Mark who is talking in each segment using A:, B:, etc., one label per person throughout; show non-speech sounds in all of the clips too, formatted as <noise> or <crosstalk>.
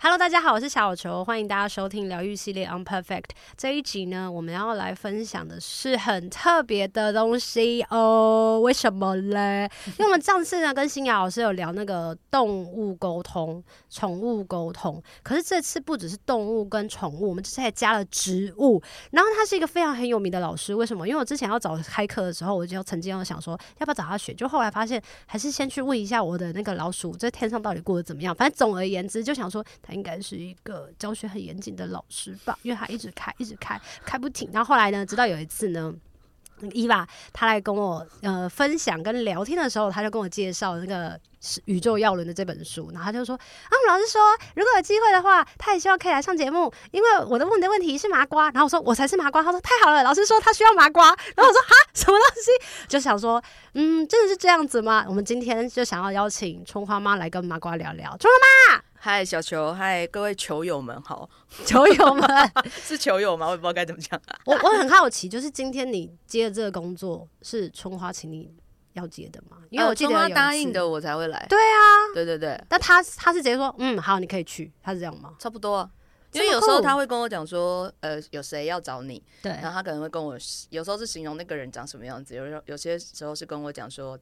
A: Hello，大家好，我是小球，欢迎大家收听疗愈系列《Unperfect》这一集呢，我们要来分享的是很特别的东西哦。为什么嘞？因为我们上次呢跟新雅老师有聊那个动物沟通、宠物沟通，可是这次不只是动物跟宠物，我们这次还加了植物。然后他是一个非常很有名的老师，为什么？因为我之前要找开课的时候，我就曾经有想说要不要找他学，就后来发现还是先去问一下我的那个老鼠在天上到底过得怎么样。反正总而言之，就想说他应该是一个教学很严谨的老师吧，因为他一直开一直开开不停。然后后来呢，直到有一次呢。那个伊娃，她来跟我呃分享跟聊天的时候，她就跟我介绍那个《宇宙药轮》的这本书，然后她就说：“啊，我们老师说，如果有机会的话，他也希望可以来上节目，因为我的问的问题是麻瓜。”然后我说：“我才是麻瓜。”他说：“太好了，老师说他需要麻瓜。”然后我说：“哈，什么东西？”就想说，嗯，真的是这样子吗？我们今天就想要邀请春花妈来跟麻瓜聊聊。春
B: 嗨，小球，嗨，各位球友们好，
A: 花球友们，
B: 是球友吗？我也不知道该怎么讲。
A: 我我很好奇，就是今天你接的这个工作是春花请你要接的吗？因为我记得、
B: 他啊答应，的，我才会来。
A: 对
B: 啊，对对对，
A: 但他他是直接说，嗯，好，你可以去，他是这样吗？
B: 差不多啊。
A: 这
B: 因
A: 么
B: 为有时候
A: 酷
B: 他会跟我讲说，呃，有谁要找你，
A: 对
B: 然后他可能会跟我，有时候是形容那个人长什么样子，有时候有些时候是跟我讲说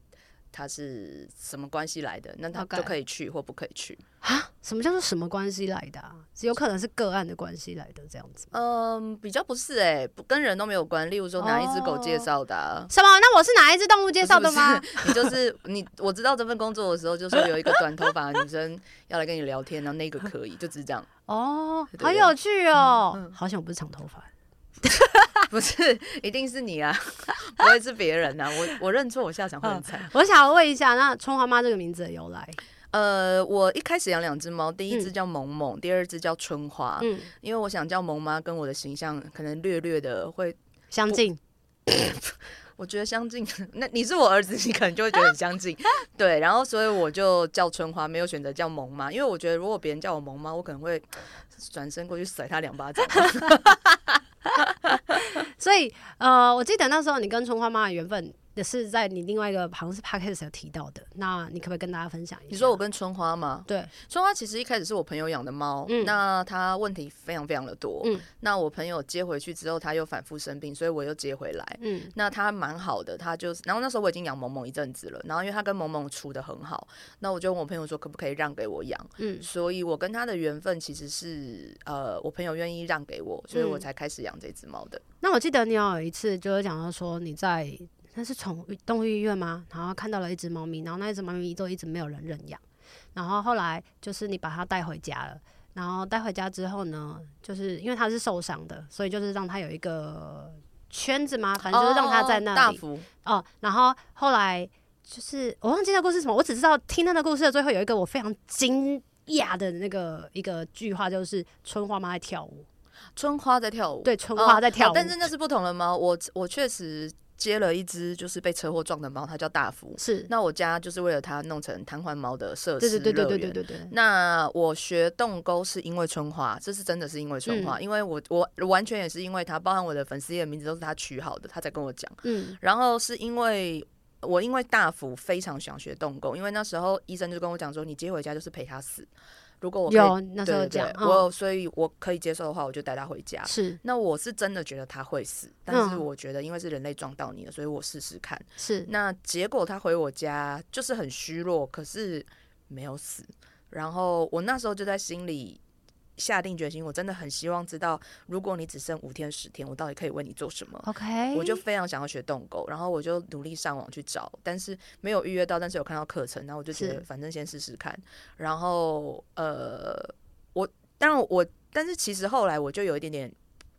B: 他是什么关系来的，那他
A: OK
B: 就可以去或不可以去。
A: 啊，什么叫做什么关系来的、啊？有可能是个案的关系来的这样子。
B: 嗯，比较不是哎、不跟人都没有关，例如说哪一只狗介绍的、啊。
A: 什么？那我是哪一只动物介绍的吗？
B: 你 <laughs> 就是你，我知道这份工作的时候，就说有一个短头发的女生要来跟你聊天，然后那个可以，就只
A: <laughs>
B: 是这样，
A: 哦，
B: <laughs> 对啊嗯
A: 好有趣哦！好想我不是长头发。
B: 不是一定是你啊， <laughs> 不会是别人啊。我我认错，我下场会很惨。
A: 我想要问一下，那春花妈这个名字的由来？
B: 呃，我一开始养两只猫，第一只叫萌萌，第二只叫春花，
A: 嗯，
B: 因为我想叫萌妈跟我的形象可能略略的会，
A: 相近。
B: 我觉得相近。 <laughs> 那你是我儿子， <laughs> 你可能就会觉得很相近， <laughs> 对。然后所以我就叫春花，没有选择叫萌妈，因为我觉得如果别人叫我萌妈，我可能会转身过去甩他两巴掌。
A: 所以呃，我记得那时候你跟春花妈的缘分也是在你另外一个好像是 podcast 有提到的，那你可不可以跟大家分享一下？
B: <laughs> 你说我跟春花吗？
A: 对，
B: 春花其实一开始是我朋友养的猫，
A: 嗯
B: 那它问题非常非常的多。
A: 嗯
B: 那我朋友接回去之后，它又反复生病，所以我又接回来。
A: 嗯
B: 那它蛮好的，它就是，然后那时候我已经养萌萌一阵子了，然后因为它跟萌萌处的很好，那我就问我朋友说可不可以让给我养，
A: 嗯，
B: 所以我跟它的缘分其实是呃我朋友愿意让给我，所以
A: 嗯
B: 我才开始养这只猫的。
A: 那我记得你有一次就是讲到说你在那是宠物动物医院吗？然后看到了一只猫咪，然后那一只猫咪都一直没有人认养，然后后来就是你把它带回家了。然后带回家之后呢，就是因为它是受伤的，所以就是让它有一个圈子嘛，反正就是让它在那
B: 哦
A: 里。
B: 大福，
A: 哦，然后后来就是我忘记那故事是什么，我只知道听那个故事的最后有一个我非常惊讶的那个一个句话，就是春花妈在跳舞，
B: 春花在跳舞，
A: 对，春花在跳舞，
B: 哦但是那是不同的猫。我我确实接了一只就是被车祸撞的猫，它叫大福。
A: 是，
B: 那我家就是为了它弄成瘫痪猫的设
A: 对
B: 施
A: 对对对对对
B: 乐园
A: 对对，
B: 那我学动钩是因为春花，这是真的是因为春
A: 嗯
B: 花，因为我我完全也是因为它，包含我的粉丝页名字都是他取好的，他才跟我讲。
A: 嗯
B: 然后是因为我因为大福非常想学动钩，因为那时候医生就跟我讲说，你接回家就是陪他死。如果我可以
A: 有那时
B: 对
A: 候
B: 对
A: 讲
B: 对，，
A: 嗯
B: 我所以我可以接受的话，我就带他回家。
A: 是
B: 那我是真的觉得他会死，但是
A: 嗯
B: 我觉得因为是人类撞到你了，所以我试试看。
A: 是
B: 那结果他回我家就是很虚弱，可是没有死。然后我那时候就在心里下定决心，我真的很希望知道，如果你只剩五天十天，我到底可以为你做什么。
A: ，OK，
B: 我就非常想要学动狗，然后我就努力上网去找，但是没有预约到，但是有看到课程，然后我就觉
A: 是
B: 得反正先试试看。然后呃，我当然我，但是其实后来我就有一点点。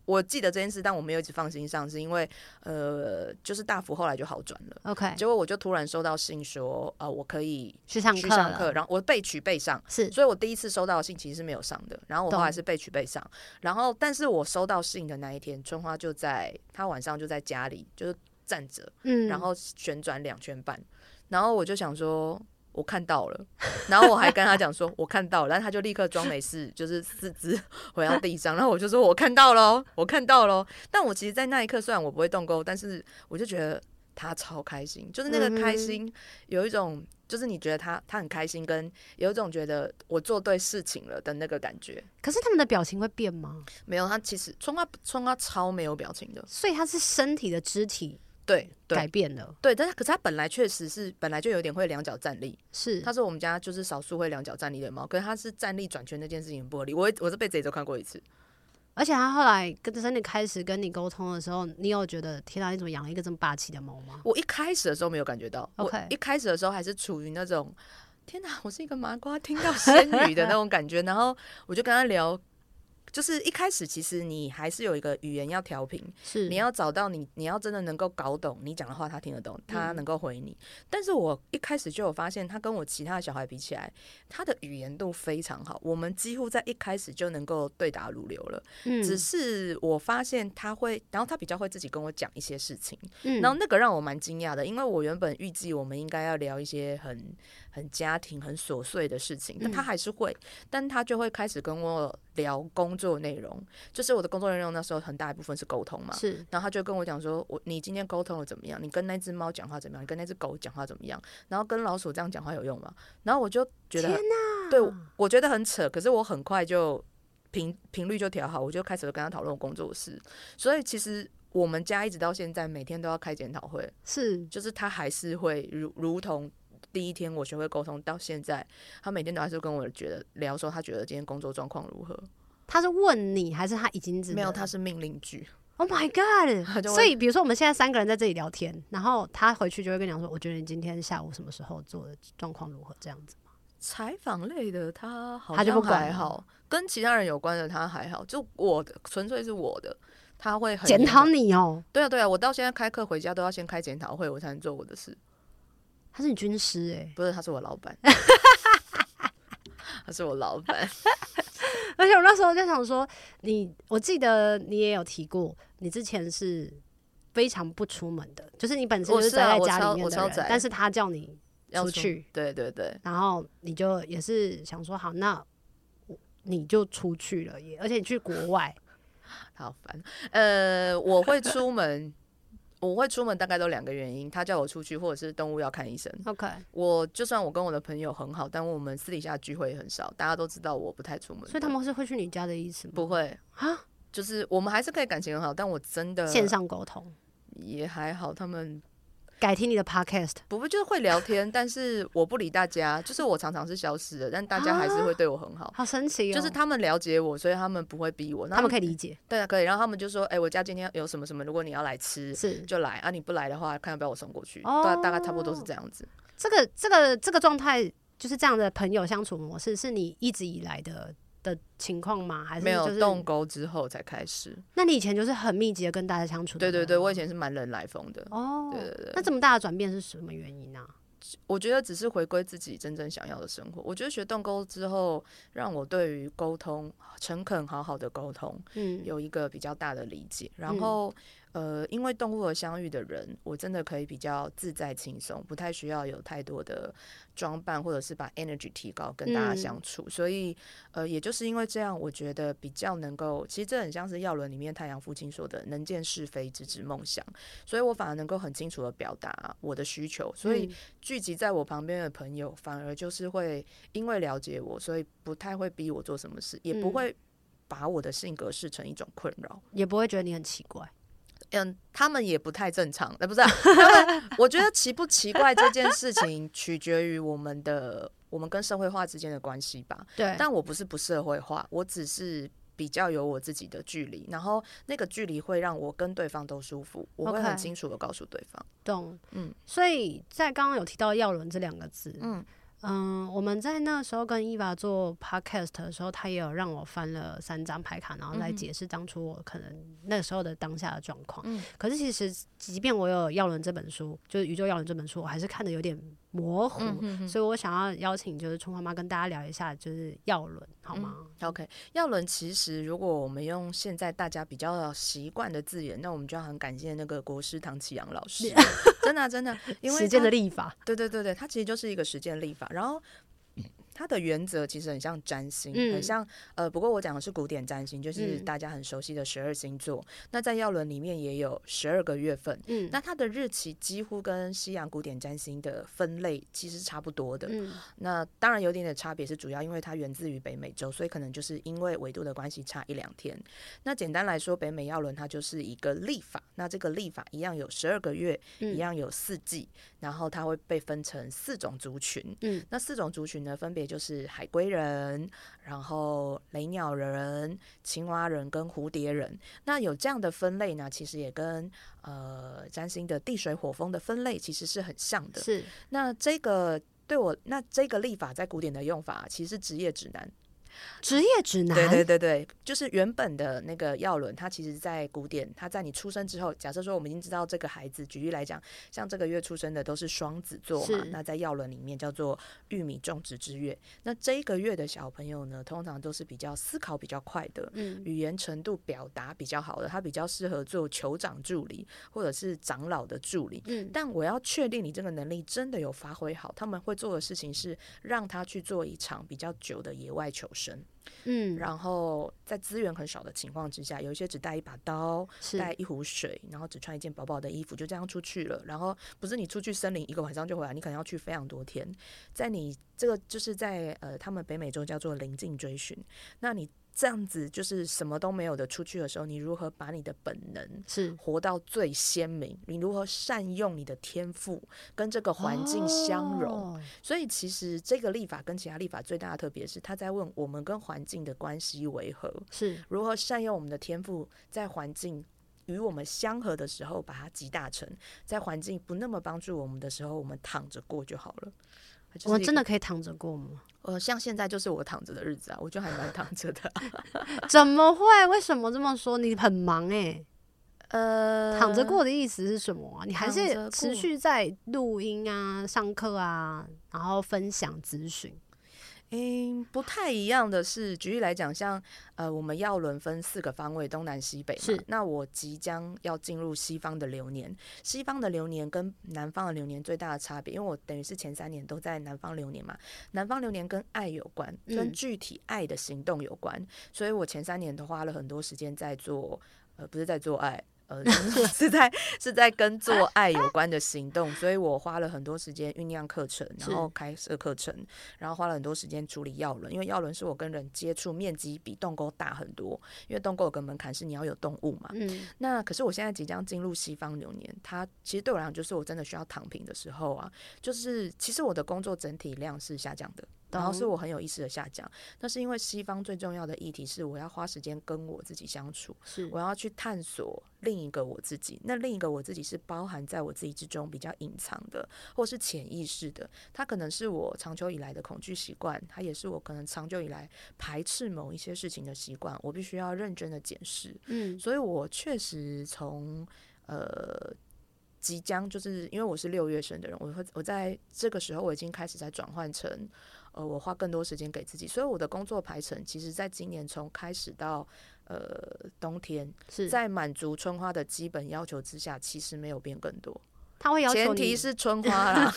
B: 我记得这件事，但我没有一直放心上，是因为呃，就是大福后来就好转了。
A: OK
B: 结果我就突然收到信说，呃，我可以
A: 去上
B: 去
A: 课
B: 上
A: 了
B: 课，然后我被取被上，
A: 是
B: 所以我第一次收到的信其实是没有上的，然后我
A: 懂
B: 后来是被取被上，然后但是我收到信的那一天，春花就在她晚上就在家里就是站着，
A: 嗯，
B: 然后旋转两圈半，然后我就想说。我看到了，然后我还跟他讲说我看到了，然后他就立刻装没事，就是四肢 <laughs> 回到地上，然后我就说我看到了哦，我看到了哦。但我其实，在那一刻虽然我不会动钩，但是我就觉得他超开心，就是那个开心有一种。就是你觉得他他很开心，跟有一种觉得我做对事情了的那个感觉。
A: 可是他们的表情会变吗？
B: 没有，他其实春花春花超没有表情的，
A: 所以他是身体的肢体
B: 对
A: 改
B: 对
A: 变了，
B: 对，但是可是他本来确实是本来就有点会两脚站立，
A: 是
B: 它是我们家就是少数会两脚站立的猫，可是它是站立转圈那件事情很不合理。我也我是被贼走看过一次，
A: 嗯而且他后来跟真的开始跟你沟通的时候，你有觉得天啊，你怎么养了一个这么霸气的猫吗？
B: 我一开始的时候没有感觉到
A: OK
B: 我一开始的时候还是处于那种天哪，我是一个麻瓜，听到仙语的那种感觉。然后我就跟他聊，就是一开始其实你还是有一个语言要调频，
A: 是
B: 你要找到你，你要真的能够搞懂你讲的话，他听得懂，
A: 嗯
B: 他能够回你。但是我一开始就有发现，他跟我其他的小孩比起来，他的语言度非常好，我们几乎在一开始就能够对答如流了。
A: 嗯
B: 只是我发现他会，然后他比较会自己跟我讲一些事情，
A: 嗯
B: 然后那个让我蛮惊讶的，因为我原本预计我们应该要聊一些很很家庭、很琐碎的事情，但他
A: 嗯
B: 还是会，但他就会开始跟我聊工作内容，就是我的工作内容那时候很大一部分是沟通嘛，
A: 是
B: 然后他就跟我讲说，我你今天沟通了怎么样？你跟那只猫讲话怎么样？你跟那只狗讲话怎么样？然后跟老鼠这样讲话有用吗？然后我就觉得很，对，我觉得很扯。可是我很快就频频率就调好，我就开始跟他讨论我工作的事。所以其实我们家一直到现在每天都要开检讨会，
A: 是
B: 就是他还是会如如同。第一天我学会沟通到现在，他每天都还是跟我觉得聊说他觉得今天工作状况如何，
A: 他是问你还是他已经知道？
B: 没有他是命令句，
A: Oh my
B: 他
A: <laughs> God！
B: 就会
A: 所以比如说我们现在三个人在这里聊天，然后他回去就会跟你讲说，我觉得你今天下午什么时候做的状况如何这样子。
B: 采访类的他好
A: 他就不
B: 像
A: 管
B: 还
A: 了
B: 好，跟其他人有关的他还好，就我的纯粹是我的，他会很
A: 检
B: 严
A: 讨
B: 格。
A: 你哦、
B: 对啊对啊，我到现在开课回家都要先开检讨会，我才能做我的事。
A: 他是你军师哎、
B: 不是，他是我老板， <laughs> 他是我老板。
A: 而且我那时候就想说，你我记得你也有提过，你之前是非常不出门的，就是你本身就
B: 我
A: 是
B: 是
A: 宅在
B: 啊我
A: 家
B: 超
A: 里面
B: 我
A: 的
B: 超
A: 人，
B: 宅
A: 但是他叫你
B: 要
A: 出去，
B: 对对对，
A: 然后你就也是想说好，那我你就出去了也，而且你去国外，
B: 好烦。呃，我会出门，我会出门大概都两个原因，他叫我出去，或者是动物要看医生。
A: OK，
B: 我就算我跟我的朋友很好，但我们私底下聚会也很少，大家都知道我不太出门的，
A: 所以他们是会去你家的意思吗？
B: 不会
A: 啊，
B: 就是我们还是可以感情很好，但我真的
A: 线上沟通，
B: 也还好，他们
A: 改听你的 Podcast，
B: 不不就是会聊天，但是我不理大家，就是我常常是消失的，但大家还是会对我很好。
A: 好神啊奇哦！
B: 就是他们了解我，所以他们不会逼我。那
A: 他们可以理解，
B: 对啊，可以。然后他们就说：“哎、我家今天有什么什么，如果你要来吃，
A: 是
B: 就来啊！你不来的话，看要不要我送过去。
A: 哦
B: 大大概差不多是这样子。
A: 这个这个这个状态，就是这样的朋友相处模式，是你一直以来的的情况吗？还是
B: 没
A: 就
B: 有
A: 是
B: 动？钩之后才开始。
A: 那你以前就是很密集的跟大家相处的
B: 对
A: 人吗？
B: 对对，我以前是蛮人来疯的。
A: 哦，
B: 对对对
A: 那这么大的转变是什么原因啊呢、
B: 我觉得只是回归自己真正想要的生活。我觉得学动沟之后，让我对于沟通、诚恳、好好的沟通
A: 嗯，
B: 有一个比较大的理解。
A: 嗯
B: 然后，呃，因为动物而相遇的人，我真的可以比较自在轻松，不太需要有太多的装扮，或者是把 energy 提高跟大家
A: 嗯
B: 相处。所以，呃，也就是因为这样，我觉得比较能够，其实这很像是《药轮》里面太阳父亲说的“能见是非，直指梦想”，所以我反而能够很清楚的表达我的需求，所以。
A: 嗯
B: 聚集在我旁边的朋友，反而就是会因为了解我，所以不太会逼我做什么事，也不
A: 嗯
B: 会把我的性格视成一种困扰。
A: 也不会觉得你很奇怪。
B: 嗯，他们也不太正常，呃，不是啊、他们我觉得奇不奇怪这件事情，取决于我们的我们跟社会化之间的关系吧。
A: 对
B: 但我不是不社会化，我只是比较有我自己的距离，然后那个距离会让我跟对方都舒服，我会
A: OK
B: 很清楚的告诉对方。
A: 懂。
B: 嗯
A: 所以在刚刚有提到“药轮”这两个字，
B: 嗯，
A: 嗯，我们在那时候跟伊娃做 podcast 的时候，他也有让我翻了三张牌卡，然后来
B: 嗯哼
A: 解释当初我可能那时候的当下的状况。
B: 嗯
A: 可是其实，即便我有《药轮》这本书，就是《宇宙药轮》这本书，我还是看的有点模糊，
B: 嗯哼哼
A: 所以我想要邀请就是春花妈跟大家聊一下，就是药轮好吗？
B: OK，药轮其实如果我们用现在大家比较习惯的字眼，那我们就要很感谢那个国师唐启阳老
A: <laughs>
B: 师，真的啊、真的啊，因为
A: 时间
B: 他
A: 的立法，
B: 对对对对，它其实就是一个实践立法，然后。它的原则其实很像占星，
A: 嗯
B: 很像呃，不过我讲的是古典占星，就是
A: 嗯
B: 大家很熟悉的十二星座。那在药轮里面也有十二个月份，
A: 嗯
B: 那它的日期几乎跟西洋古典占星的分类其实是差不多的。
A: 嗯
B: 那当然有点点差别，是主要因为它源自于北美洲，所以可能就是因为纬度的关系差一两天。那简单来说，北美药轮它就是一个历法，那这个历法一样有十二个月，
A: 嗯
B: 一样有四季，然后它会被分成四种族群。
A: 嗯，
B: 那四种族群呢，分别就是海龟人，然后雷鸟人、青蛙人跟蝴蝶人。那有这样的分类呢，其实也跟呃占星的地水火风的分类其实是很像的。
A: 是
B: 那这个对我，那这个历法在古典的用法其实是职业指南。
A: 职业指南，
B: 对对对对，就是原本的那个药轮，它其实在古典，它在你出生之后，假设说我们已经知道这个孩子，举例来讲，像这个月出生的都是双子座嘛
A: 是，
B: 那在药轮里面叫做玉米种植之月。那这一个月的小朋友呢，通常都是比较思考比较快的。
A: 嗯
B: 语言程度表达比较好的，他比较适合做酋长助理或者是长老的助理。
A: 嗯
B: 但我要确定你这个能力真的有发挥好，他们会做的事情是让他去做一场比较久的野外求生，
A: 嗯，
B: 然后在资源很少的情况之下，有一些只带一把刀，
A: 是
B: 带一壶水，然后只穿一件薄薄的衣服，就这样出去了。然后不是你出去森林一个晚上就回来，你可能要去非常多天。在你这个就是在呃，他们北美洲叫做临近追寻。那你这样子就是什么都没有的出去的时候，你如何把你的本能
A: 是
B: 活到最鲜明？你如何善用你的天赋跟这个环境相融？
A: 哦
B: 所以其实这个立法跟其他立法最大的特别是，他在问我们跟环境的关系为何。
A: 是
B: 如何善用我们的天赋，在环境与我们相合的时候把它集大成，在环境不那么帮助我们的时候，我们躺着过就好了。啊就是
A: 我
B: 一
A: 真
B: 个，
A: 的可以躺着过吗？
B: 呃，像现在就是我躺着的日子啊，我就还蛮躺着的
A: <laughs>
B: 啊、
A: <laughs> 怎么会？为什么这么说？你很忙哎、
B: 呃
A: 躺着过的意思是什么啊？你还
B: 躺
A: 是
B: 着
A: 持
B: 过
A: 续在录音啊、上课啊，然后分享咨询。
B: 嗯，不太一样的是，举例来讲，像呃，我们药轮分四个方位，东南西北嘛。
A: 是
B: 那我即将要进入西方的流年，西方的流年跟南方的流年最大的差别，因为我等于是前三年都在南方流年嘛，南方流年跟爱有关，跟
A: 嗯
B: 具体爱的行动有关，所以我前三年都花了很多时间在做，呃，不是在做爱。
A: <laughs>
B: 呃，就是是在是在跟做爱有关的行动，所以我花了很多时间酝酿课程，然
A: 是
B: 后开设课程，然后花了很多时间处理药轮，因为药轮是我跟人接触面积比动沟大很多，因为动沟有个门槛是你要有动物嘛。
A: 嗯，
B: 那可是我现在即将进入西方流年，它其实对我来讲就是我真的需要躺平的时候啊，就是其实我的工作整体量是下降的。然后是
A: 懂
B: 我很有意识的下降，那是因为西方最重要的议题是我要花时间跟我自己相处，
A: 是
B: 我要去探索另一个我自己。那另一个我自己是包含在我自己之中比较隐藏的，或是潜意识的。它可能是我长久以来的恐惧习惯，它也是我可能长久以来排斥某一些事情的习惯。我必须要认真的检视。
A: 嗯
B: 所以我确实从呃。即将就是因为我是六月生的人，我会我在这个时候我已经开始在转换成，呃，我花更多时间给自己，所以我的工作排程其实在今年从开始到呃冬天，
A: 是，
B: 在满足春花的基本要求之下，其实没有变更多，
A: 他会要求
B: 前
A: 你
B: 提，是春
A: <laughs>
B: 花啦，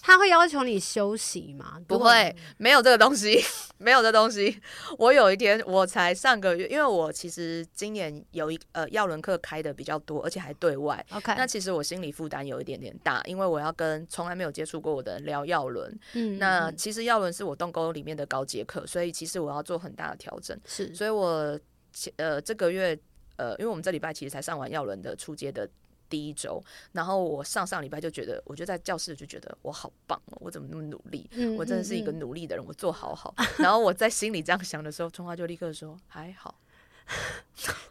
A: 他会要求你休息吗？
B: 不
A: 如果
B: 会，没有这个东西，没有这东西。我有一天，我才上个月，因为我其实今年有一呃耀伦课开的比较多，而且还对外。
A: 你。OK，
B: 那其实我心理负担有一点点大，因为我要跟从来没有接触过我的人聊耀伦。
A: 嗯，
B: 那
A: 嗯嗯
B: 其实耀伦是我动沟里面的高阶课，所以其实我要做很大的调整。
A: 是
B: 所以我前呃这个月呃，因为我们这礼拜其实才上完耀伦的初阶的第一周，然后我上上礼拜就觉得，我就在教室就觉得我好棒哦，我怎么那么努力？
A: 嗯
B: 我真的
A: 嗯
B: 是一个
A: 嗯
B: 努力的人，我做好
A: <laughs>
B: 好。然后我在心里这样想的时候，春花就立刻说还好，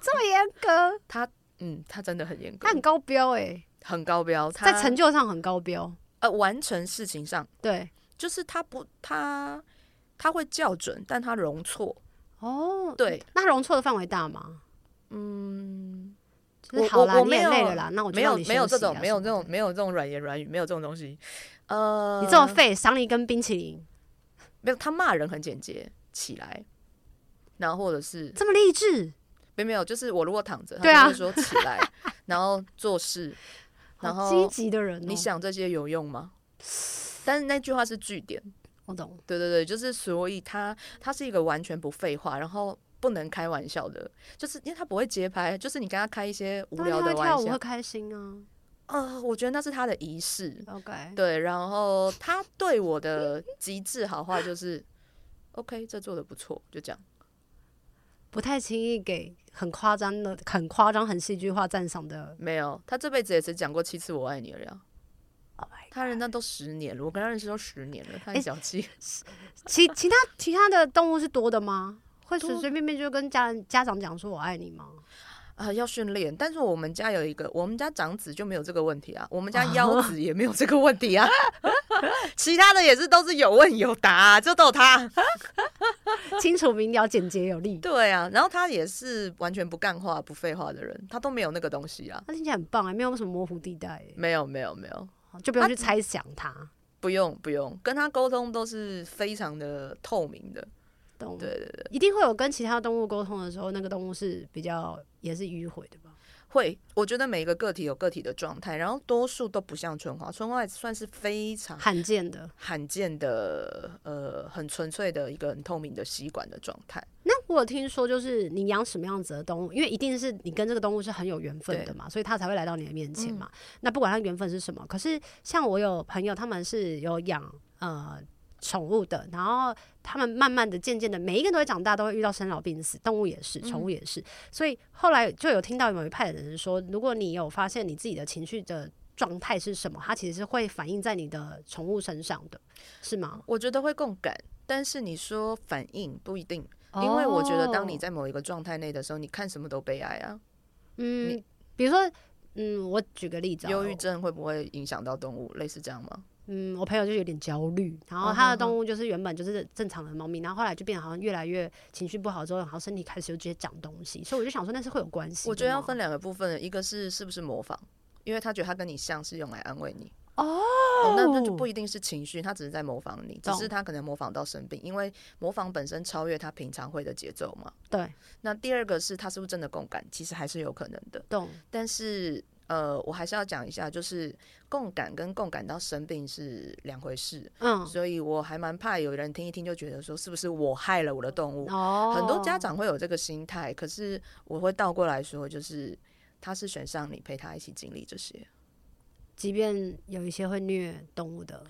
A: 这么严格，
B: 嗯，他真的很严格
A: 他，很高标哎、
B: 很高标，他
A: 在成就上很高标。
B: 呃完成事情上，
A: 对，
B: 就是他不他他会校准，但他容错，
A: 哦，
B: 对，
A: 那容错的范围大吗？
B: 嗯，
A: 就是
B: 我
A: 好啦，
B: 我
A: 你
B: 没
A: 也
B: 有
A: 哦累了啦，那我就
B: 没有
A: 让你
B: 没有
A: 休
B: 这
A: 息啊
B: 种没有
A: 什么
B: 这种
A: 的
B: 没有这种软言软语，没有这种东西。呃，
A: 你这么废，赏你一根冰淇淋，
B: 没有他骂人很简洁，起来，然后或者是
A: 这么励志，
B: 没有没有，就是我如果躺着，
A: 对啊
B: 他就会说起
A: <laughs>
B: 来，然后做事，然
A: 好积
B: 后
A: 极的人哦。
B: 你想这些有用
A: <laughs>
B: 吗？但是那句话是句点，
A: 我懂，
B: 对对对，就是所以他他是一个完全不废话，然后不能开玩笑的，就是因为他不会节拍，就是你跟他开一些无
A: 当
B: 聊
A: 然
B: 的
A: 啊会
B: 玩
A: 跳舞会
B: 笑，
A: 开心啊。
B: 呃，我觉得那是他的仪式，
A: OK，
B: 对，然后他对我的极致好话就是，OK，这做的不错，就这样。
A: 不太轻易给很夸张的、很夸张、很戏剧化赞赏的。
B: 没有，他这辈子也只讲过七次“我爱你”了呀。
A: Oh my 哎
B: 他人家都十年了，我跟他认识都十年了，他
A: 诶
B: 很小
A: <laughs>
B: 气。
A: 其其他其他的动物是多的吗？会随
B: 多
A: 随便便就跟家人家长讲说我爱你吗？
B: 啊、要训练。但是我们家有一个，我们家长子就没有这个问题啊，我们
A: 哦
B: 家幺子也没有这个问
A: <laughs>
B: 题啊，其他的也是都是有问有答、啊，就都有他。 <laughs>
A: 清楚明了，简洁有力，
B: 对啊，然后他也是完全不干话、不废话的人，他都没有那个东西啊，
A: 那听起来很棒哎、没有什么模糊地带欸、
B: 没有，没有，没有，
A: 就不
B: 啊
A: 用去猜想它。
B: 不用，不用，跟他沟通都是非常的透明的。
A: 懂？
B: 对对
A: 一定会有跟其他动物沟通的时候，那个动物是比较也是迂回的吧？
B: 会，我觉得每个个体有个体的状态，然后多数都不像春花，春花也算是非常
A: 罕见的。
B: 罕见的，呃，很纯粹的一个很透明的吸管的状态。
A: 那我有听说，就是你养什么样子的动物，因为一定是你跟这个动物是很有缘分的嘛，所以它才会来到你的面前嘛。那不管它缘分是什么，可是像我有朋友，他们是有养呃宠物的，然后他们慢慢的、渐渐的，每一个人都会长大，都会遇到生老病死，动物也是，宠物也是。所以后来就有听到某一派的人说，如果你有发现你自己的情绪的状态是什么，它其实是会反映在你的宠物身上的，是吗？
B: 我觉得会共感，但是你说反应不一定，因为我觉得当
A: 哦
B: 你在某一个状态内的时候，你看什么都悲哀啊。
A: 嗯，比如说，嗯，我举个例子好了，
B: 忧郁症会不会影响到动物？类似这样吗？
A: 嗯，我朋友就有点焦虑，然后他的动物就是原本就是正常的猫咪，然后后来就变得好像越来越情绪不好之后，然后身体开始就直接长东西，所以我就想说那是会有关系的吗。
B: 我觉得要分两个部分，一个是是不是模仿，因为他觉得他跟你像是用来安慰你。哦，那那就不一定是情绪，他只是在模仿你，只
A: 懂
B: 是他可能模仿到生病，因为模仿本身超越他平常会的节奏嘛。
A: 对，
B: 那第二个是他是不是真的共感，其实还是有可能的。
A: 懂
B: 但是呃，我还是要讲一下，就是共感跟共感到生病是两回事，
A: 嗯
B: 所以我还蛮怕有人听一听就觉得说是不是我害了我的动物。
A: 哦，
B: 很多家长会有这个心态，可是我会倒过来说，就是他是选上你陪他一起经历这些。
A: 即便有一些会虐动物的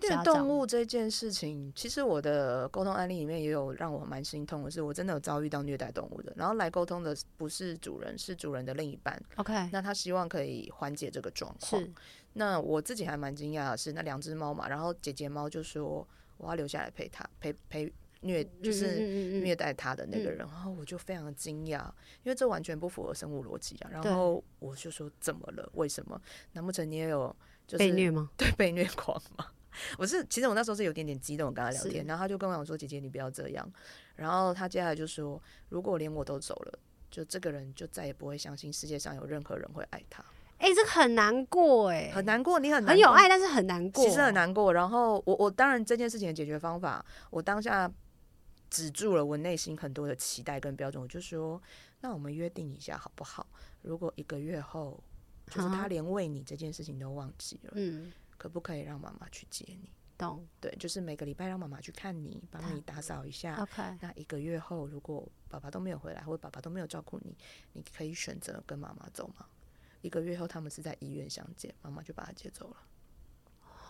B: 虐
A: 家
B: 动
A: 长
B: 物这件事情，其实我的沟通案例里面也有让我蛮心痛的是，我真的有遭遇到虐待动物的。然后来沟通的不是主人，是主人的另一半，
A: ，OK，
B: 那他希望可以缓解这个状况。
A: 哎是
B: 那我自己还蛮惊讶的是，那两只猫嘛，然后姐姐猫就说我要留下来陪他陪陪虐，就是
A: 嗯嗯嗯嗯
B: 虐待他的那个人，然后我就非常的惊讶，因为这完全不符合生物逻辑啊。然后我就说怎么了？为什么？难不成你也有就是
A: 被虐吗？
B: <laughs> 对被虐狂吗？我是其实我那时候是有点点激动，我跟他聊
A: 是
B: 天，然后他就跟我讲说：“姐姐，你不要这样。”然后他接下来就说：“如果连我都走了，就这个人就再也不会相信世界上有任何人会爱他，
A: 哎，这个很难过哎，
B: 很难过，你很难
A: 很有
B: 过
A: 爱，但是很难过，哦
B: 其实很。难过。然后我我当然这件事情的解决方法，我当下止住了我内心很多的期待跟标准，我就说，那我们约定一下好不好？如果一个月后，就是
A: 啊
B: 他连喂你这件事情都忘记了，
A: 嗯，
B: 可不可以让妈妈去接你？
A: 懂
B: 对，就是每个礼拜让妈妈去看你，帮你打扫一下。
A: ，OK，
B: 那一个月后，如果爸爸都没有回来，或者爸爸都没有照顾你，你可以选择跟妈妈走吗？一个月后，他们是在医院相见，妈妈就把他接走了。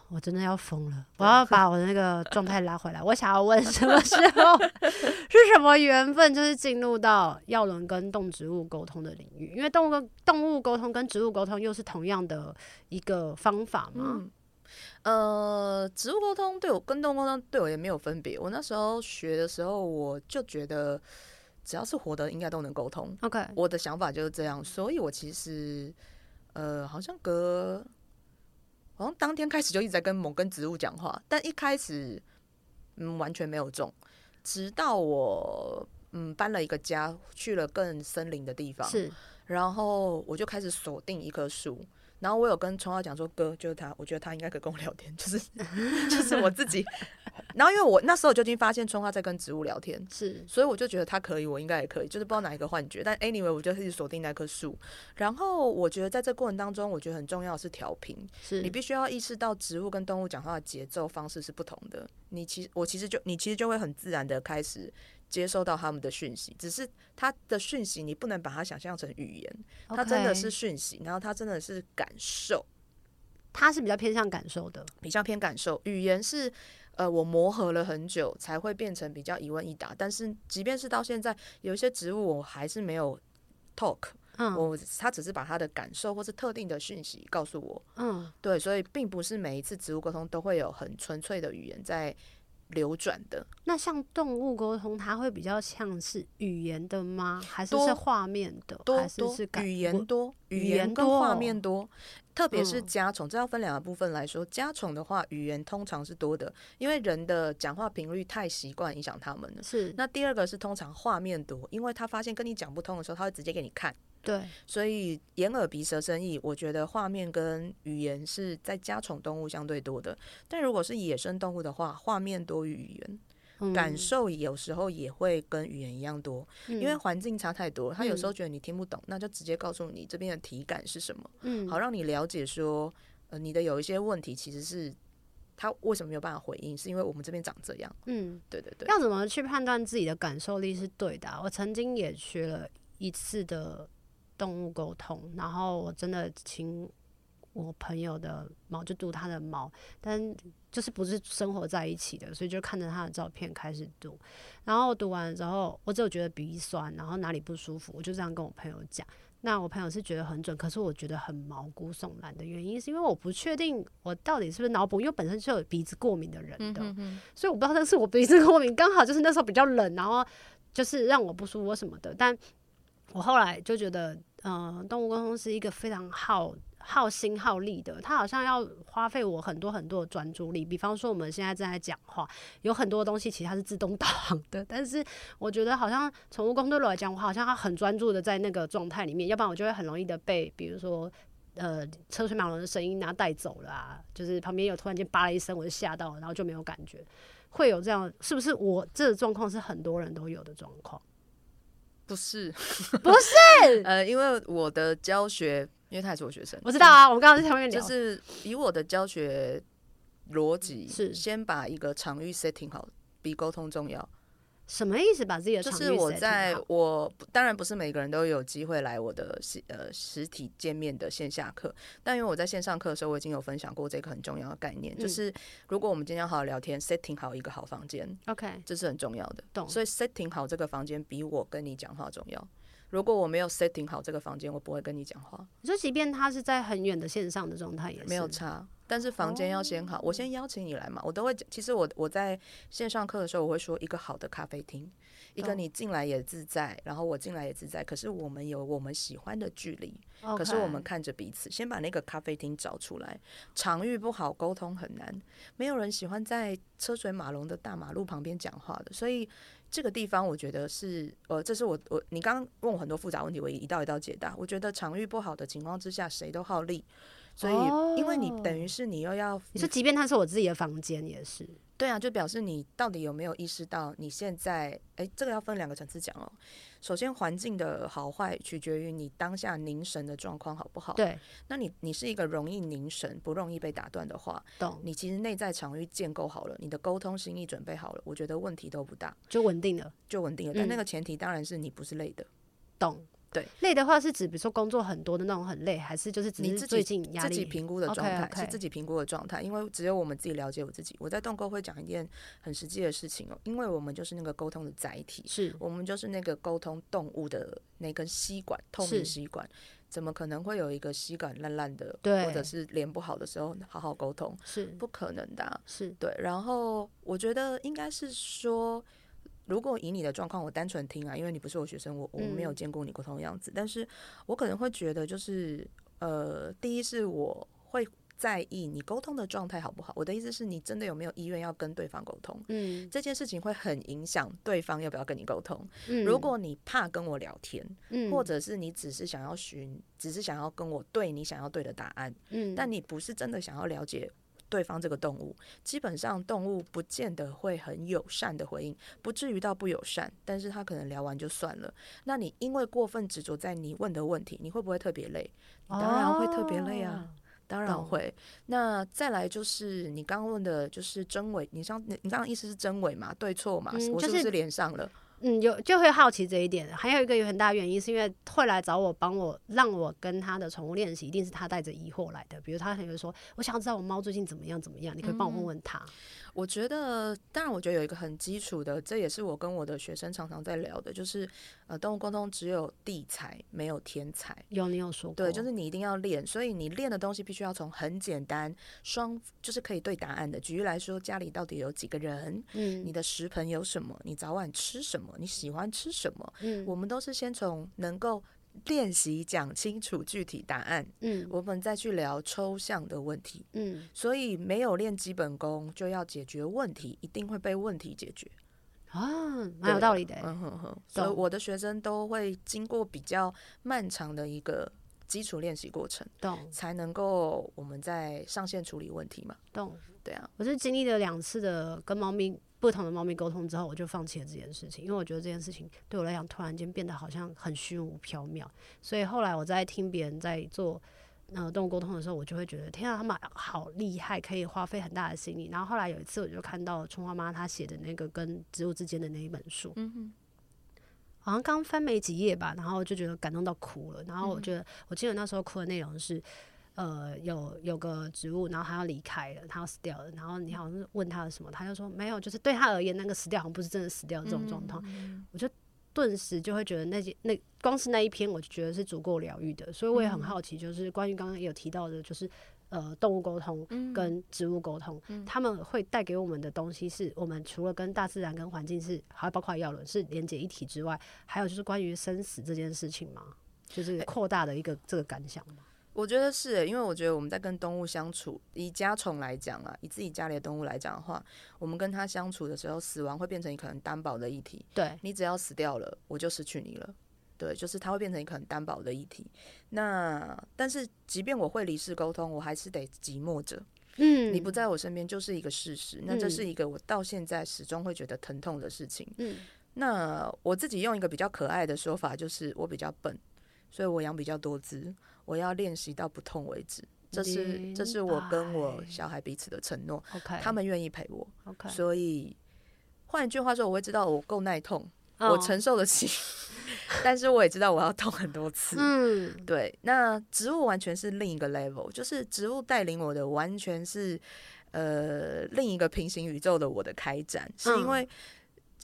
A: 我真的要疯了！我
B: <laughs>
A: 要把我的那个状态拉回来。我想要问，什么时
B: <laughs>
A: 候是什么缘分，就是进入到药轮跟动植物沟通的领域？因为动物跟动物沟通跟植物沟通又是同样的一个方法嘛。
B: 嗯，呃，植物沟通对我跟动物沟通对我也没有分别。我那时候学的时候，我就觉得只要是活的，应该都能沟通。
A: OK，
B: 我的想法就是这样，所以我其实呃，好像隔好像当天开始就一直在跟某根植物讲话，但一开始嗯完全没有中，直到我嗯搬了一个家，去了更森林的地方，
A: 是
B: 然后我就开始锁定一棵树，然后我有跟崇浩讲说，哥就是他，我觉得他应该可以跟我聊天，就是 <laughs> 就是我自己。然后因为我那时候就已经发现崇浩在跟植物聊天，
A: 是
B: 所以我就觉得他可以，我应该也可以，就是不知道哪一个幻觉。但 anyway，我就是锁定那棵树。然后我觉得在这过程当中，我觉得很重要的是调频，
A: 是，
B: 你必须要意识到植物跟动物讲话的节奏方式是不同的。你其我其实就你其实就会很自然的开始接收到他们的讯息，只是它的讯息你不能把它想象成语言，它真的
A: OK
B: 是讯息，然后它真的是感受，
A: 他是比较偏向感受的，
B: 比较偏感受。语言是呃我磨合了很久才会变成比较一问一答，但是即便是到现在，有一些植物我还是没有 talk，
A: 嗯
B: 我它只是把它的感受或是特定的讯息告诉我。
A: 嗯，
B: 对，所以并不是每一次植物沟通都会有很纯粹的语言在流转的，
A: 那像动物沟通，它会比较像是语言的吗？还是
B: 多
A: 是画面的？
B: 多
A: 还是
B: 多
A: 是感
B: 语
A: 我
B: 言多，
A: 语
B: 语
A: 言
B: 言跟
A: 多
B: 画
A: 哦
B: 面多，特别是
A: 嗯
B: 家宠，这要分两个部分来说。家宠的话，语言通常是多的，因为人的讲话频率太习惯影响他们了。
A: 是
B: 那第二个是通常画面多，因为他发现跟你讲不通的时候，他会直接给你看，
A: 对
B: 所以眼耳鼻舌身意，我觉得画面跟语言是在家宠动物相对多的。但如果是野生动物的话，画面多于语言。感
A: 嗯
B: 受有时候也会跟语言一样多，因为
A: 嗯
B: 环境差太多了。他有时候
A: 嗯
B: 觉得你听不懂，那就直接告诉你这边的体感是什么，
A: 嗯
B: 好让你了解说，呃，你的有一些问题其实是他为什么没有办法回应，是因为我们这边长这样。
A: 嗯，
B: 对对对，
A: 要怎么去判断自己的感受力是对的啊、我曾经也学了一次的动物沟通，然后我真的请我朋友的猫，就读它的猫，但就是不是生活在一起的，所以就看着它的照片开始读。然后读完了之后，我只有觉得鼻酸，然后哪里不舒服，我就这样跟我朋友讲。那我朋友是觉得很准，可是我觉得很毛骨悚然的原因，是因为我不确定我到底是不是脑补，因为我本身就有鼻子过敏的人的，所以我不知道那是我鼻子过敏，刚好就是那时候比较冷，然后就是让我不舒服或什么的。但 <laughs> 我后来就觉得，呃，动物沟通是一个非常耗耗心耗力的，它好像要花费我很多很多的专注力。比方说我们现在正在讲话，有很多东西其实它是自动导航的，但是我觉得好像宠物沟通对我来讲，我好像要很专注的在那个状态里面，要不然我就会很容易的被，比如说。呃，车水马龙的声音拿带走了啊，就是旁边有突然间叭了一声，我就吓到了，然后就没有感觉。会有这样，是不是我这个状况是很多人都有的状况？
B: 不是
A: <laughs> 不
B: 是，呃，因为我的教学，因为他也是我学生，
A: 我知道啊，我们刚刚在前面聊，
B: 就是以我的教学逻辑，
A: 是
B: 先把一个场域 setting 好，比沟通重要。
A: 什么意思？把自己的
B: 就
A: 场域
B: 是我
A: setting
B: 在
A: 好
B: 我当然不是每个人都有机会来我的实呃实体见面的线下课，但因为我在线上课的时候，我已经有分享过这个很重要的概念，
A: 嗯
B: 就是如果我们今天要好好聊天，setting 好一个好房间，
A: OK
B: 这是很重要的。
A: 懂
B: 所以 setting 好这个房间比我跟你讲话重要。如果我没有 setting 好这个房间，我不会跟你讲话，
A: 你说，即便他是在很远的线上的状态，也是哦
B: 没有差。但是房间要先好，我先邀请你来嘛，我都会讲。其实我我在线上课的时候，我会说一个好的咖啡厅，一个
A: 懂
B: 你进来也自在，然后我进来也自在。可是我们有我们喜欢的距离，
A: OK
B: 可是我们看着彼此，先把那个咖啡厅找出来。场域不好，沟通很难，没有人喜欢在车水马龙的大马路旁边讲话的，所以。这个地方我觉得是，呃，这是我我你刚刚问我很多复杂问题，我一道一道解答。我觉得场域不好的情况之下，谁都好利，所以因为你
A: 哦
B: 等于是你又要
A: 你说，即便他是我自己的房间，也是
B: 对啊，就表示你到底有没有意识到你现在，哎，这个要分两个层次讲哦。首先，环境的好坏取决于你当下凝神的状况好不好。，
A: 对，
B: 那你你是一个容易凝神、不容易被打断的话，
A: 懂，
B: 你其实内在场域建构好了，你的沟通心意准备好了，我觉得问题都不大，
A: 就稳定了，
B: 就稳定了。但那
A: 嗯
B: 个前提当然是你不是累的，
A: 懂。
B: 对，
A: 累的话是指比如说工作很多的那种很累，还是就是只
B: 你
A: 是
B: 自己
A: 最近压
B: 自己
A: 力
B: 评估的状态
A: OK，OK
B: 是自己评估的状态，因为只有我们自己了解我自己。我在动购会讲一件很实际的事情哦，因为我们就是那个沟通的载体，
A: 是
B: 我们就是那个沟通动物的那根吸管，透
A: 是
B: 明吸管，怎么可能会有一个吸管烂烂的，
A: 对
B: 或者是连不好的时候好好沟通？
A: 是
B: 不可能的啊、
A: 是
B: 对，然后我觉得应该是说，如果以你的状况，我单纯听啊，因为你不是我学生，我我没有
A: 嗯
B: 见过你沟通的样子，但是我可能会觉得就是，呃，第一是我会在意你沟通的状态好不好。我的意思是你真的有没有意愿要跟对方沟通，
A: 嗯
B: 这件事情会很影响对方要不要跟你沟通。
A: 嗯
B: 如果你怕跟我聊天，
A: 嗯
B: 或者是你只是想要寻，只是想要跟我对你想要对的答案，
A: 嗯
B: 但你不是真的想要了解对方这个动物，基本上动物不见得会很友善的回应，不至于到不友善，但是他可能聊完就算了。那你因为过分执着在你问的问题，你会不会特别累？你当然会特别累啊。当然
A: 哦懂
B: 会。那再来就是你刚刚问的，就是真伪。你像你你刚刚意思是真伪嘛？对错嘛？
A: 嗯
B: 我
A: 就是
B: 不
A: 是
B: 是连上了？
A: 嗯，有就会好奇这一点。还有一个有很大原因，是因为会来找我帮我让我跟他的宠物练习，一定是他带着疑惑来的。比如他可能会说：“我想要知道我猫最近怎么样怎么样，你可以帮我问
B: 嗯
A: 问他。
B: 我觉得，当然，我觉得有一个很基础的，这也是我跟我的学生常常在聊的，就是呃，动物沟通只有地才，没有天才。
A: 有你有说过，
B: 对，就是你一定要练，所以你练的东西必须要从很简单，双就是可以对答案的。举例来说，家里到底有几个人？你
A: 嗯
B: 的食盆有什么？你早晚吃什么？你喜欢吃什么？
A: 嗯
B: 我们都是先从能够练习讲清楚具体答案，
A: 嗯
B: 我们再去聊抽象的问题。
A: 嗯，
B: 所以没有练基本功，就要解决问题，一定会被问题解决。
A: 啊，蛮有道理的欸、
B: 嗯哼哼，所以
A: 懂
B: 我的学生都会经过比较漫长的一个基础练习过程，
A: 懂
B: 才能够我们在上线处理问题嘛。
A: 懂。
B: 对啊，
A: 我是经历了两次的跟猫咪不同的猫咪沟通之后，我就放弃了这件事情，因为我觉得这件事情对我来讲突然间变得好像很虚无缥缈，所以后来我在听别人在做。呃，动物沟通的时候，我就会觉得天啊，他们好厉害，可以花费很大的心力。然后后来有一次，我就看到春花妈她写的那个跟植物之间的那一本书，
B: 嗯哼，
A: 好像刚翻没几页吧，然后我就觉得感动到哭了。然
B: 嗯
A: 后我觉得，我记得那时候哭的内容是，呃，有有个植物，然后它要离开了，它要死掉了。然后你好像是问他什么，他就说没有，就是对他而言，那个死掉好像不是真的死掉这种状况。我就顿时就会觉得那些那光是那一篇，我就觉得是足够疗愈的。所以我也很好奇，就是关于刚刚有提到的，就是呃，动物沟通跟植物沟通，他们会带给我们的东西是，我们除了跟大自然、跟环境是，还有包括药轮是连接一体之外，还有就是关于生死这件事情嘛，就是扩大的一个这个感想嘛。
B: 我觉得是耶，欸因为我觉得我们在跟动物相处，以家宠来讲啊，以自己家里的动物来讲的话，我们跟它相处的时候，死亡会变成一个很单薄的议题。
A: 对，
B: 你只要死掉了，我就失去你了。对，就是它会变成一个很单薄的议题。那但是，即便我会离世沟通，我还是得寂寞着。
A: 嗯，
B: 你不在我身边就是一个事实，那这
A: 嗯
B: 是一个我到现在始终会觉得疼痛的事情。
A: 嗯，
B: 那我自己用一个比较可爱的说法，就是我比较笨，所以我养比较多只，我要练习到不痛为止。这是这是我跟我
A: 明白
B: 小孩彼此的承诺，
A: OK，
B: 他们愿意陪我，
A: OK，
B: 所以换一句话说，我会知道我够耐痛，
A: 哦
B: 我承受得起， <laughs> 但是我也知道我要痛很多次。
A: 嗯
B: 对，那植物完全是另一个 level，就是植物带领我的完全是呃另一个平行宇宙的我的开展，是因
A: 嗯
B: 为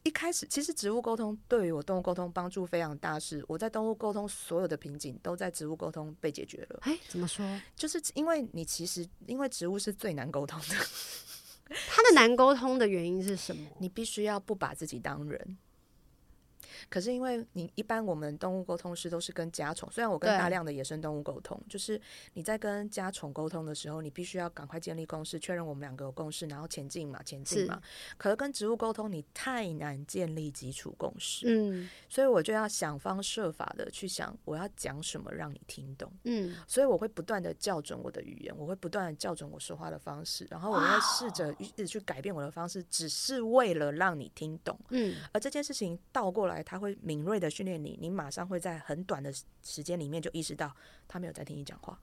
B: 一开始其实植物沟通对于我动物沟通帮助非常大，是我在动物沟通所有的瓶颈都在植物沟通被解决了，
A: 哎、怎么说？
B: 就是因为你其实因为植物是最难沟通的，
A: 他的难沟通的原因是什么？
B: 你必须要不把自己当人。可是因为你一般我们动物沟通师都是跟家宠，虽然我跟
A: 对
B: 大量的野生动物沟通，就是你在跟家宠沟通的时候，你必须要赶快建立共识，确认我们两个有共识，然后前进嘛，前进嘛。可是跟植物沟通，你太难建立基础共识，
A: 嗯
B: 所以我就要想方设法的去想我要讲什么让你听懂，
A: 嗯，
B: 所以我会不断的校准我的语言，我会不断的校准我说话的方式，然后我会试着一直去改变我的方式，只是为了让你听懂。
A: 嗯
B: 而这件事情倒过来，他会敏锐的训练你，你马上会在很短的时时间里面就意识到他没有在听你讲话。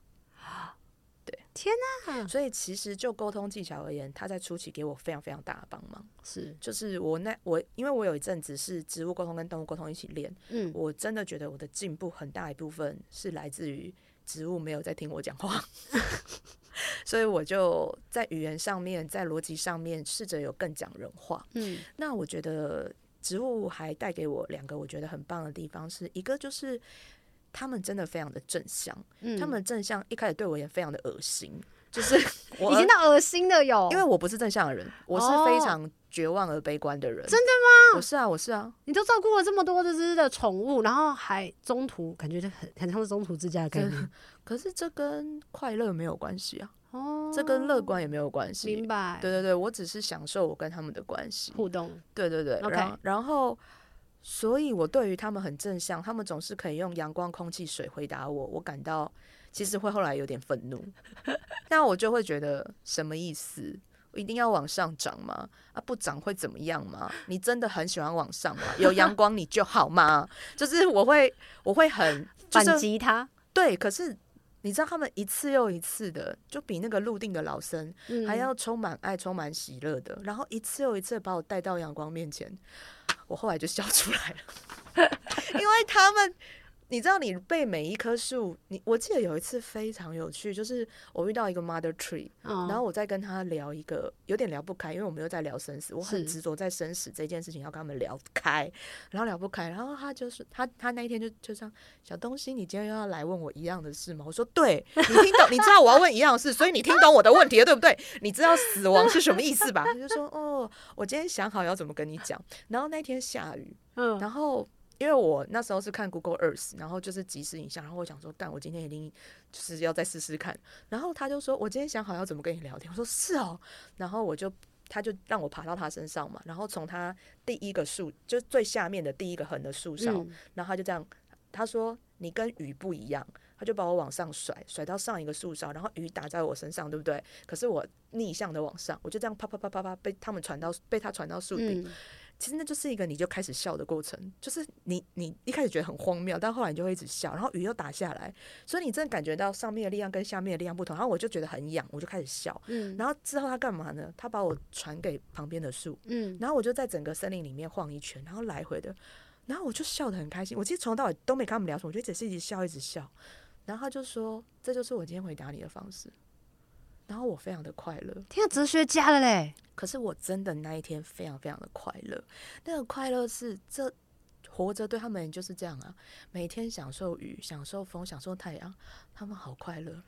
B: 对，
A: 天
B: 哪！所以其实就沟通技巧而言，他在初期给我非常非常大的帮忙。
A: 是
B: 就是我那我，因为我有一阵子是植物沟通跟动物沟通一起练，
A: 嗯
B: 我真的觉得我的进步很大一部分是来自于植物没有在听我讲话， <laughs> 所以我就在语言上面，在逻辑上面试着有更讲人话。
A: 嗯
B: 那我觉得植物还带给我两个我觉得很棒的地方是，一个就是他们真的非常的正向，
A: 嗯，
B: 他们正向一开始对我也非常的恶心，就是
A: <laughs>
B: 我
A: 已经到恶心了有，
B: 因为我不是正向的人，我是非常绝望而悲观的人，真的吗？我是啊，我是啊，
A: 你都照顾了这么多这只的宠物，然后还
B: <laughs>
A: 中途感觉就很很像是中途之家的概念
B: 可是这跟快乐没有关系啊。
A: 哦，
B: 这跟乐观也没有关系
A: 明。白
B: 对对对，我只是享受我跟他们的关系。
A: 互动，
B: 对对对
A: OK
B: 然然后，所以我对于他们很正向，他们总是可以用阳光、空气、水回答我，我感到其实会后来有点愤怒， <laughs> 但我就会觉得什么意思？我一定要往上涨吗？啊，不涨会怎么样吗？你真的很喜欢往上吗？有阳光你就好吗？ <laughs> 就是我会，我会很就是
A: 反击他，
B: 对，可是你知道他们一次又一次的，就比那个陆定的老僧
A: 嗯
B: 还要充满爱、充满喜乐的，然后一次又一次地把我带到阳光面前，我后来就笑出来了， <laughs> 因为他们。你知道，你被每一棵树，你我记得有一次非常有趣，就是我遇到一个 mother tree，
A: 嗯
B: 然后我再跟他聊一个，有点聊不开，因为我们又在聊生死，我很
A: 是
B: 执着在生死这件事情要跟他们聊开，然后聊不开，然后他就是他他那一天就就这样，小东西，你今天又要来问我一样的事吗？我说对，你听懂，你知道我要问一样的事，所以你听懂我的问题了，对不对？你知道死亡是什么意思吧？他就说哦，我今天想好要怎么跟你讲，然后那天下雨，
A: 嗯
B: 然后因为我那时候是看 Google Earth，然后就是即时影像，然后我想说，干，我今天一定就是要再试试看。然后他就说，我今天想好要怎么跟你聊天。我说是哦，然后我就他就让我爬到他身上嘛，然后从他第一个树，就是最下面的第一个横的树上，
A: 嗯
B: 然后他就这样，他说你跟雨不一样，他就把我往上甩，甩到上一个树梢，然后雨打在我身上，对不对？可是我逆向的往上，我就这样啪啪啪啪啪被他们传到被他传到树顶。
A: 嗯
B: 其实那就是一个你就开始笑的过程，就是你你一开始觉得很荒谬，但后来你就会一直笑，然后雨又打下来，所以你真的感觉到上面的力量跟下面的力量不同，然后我就觉得很痒，我就开始笑。
A: 嗯
B: 然后之后他干嘛呢？他把我传给旁边的树，
A: 嗯，
B: 然后我就在整个森林里面晃一圈，然后来回的，然后我就笑得很开心。我其实从头到尾都没跟他们聊什么，我就只是一直笑一直笑。然后他就说：“这就是我今天回答你的方式。”然后我非常的快乐，
A: 天啊，哲学家了嘞，
B: 可是我真的那一天非常非常的快乐，那个快乐是这活着对他们就是这样啊，每天享受雨、享受风、享受太阳，他们好快乐。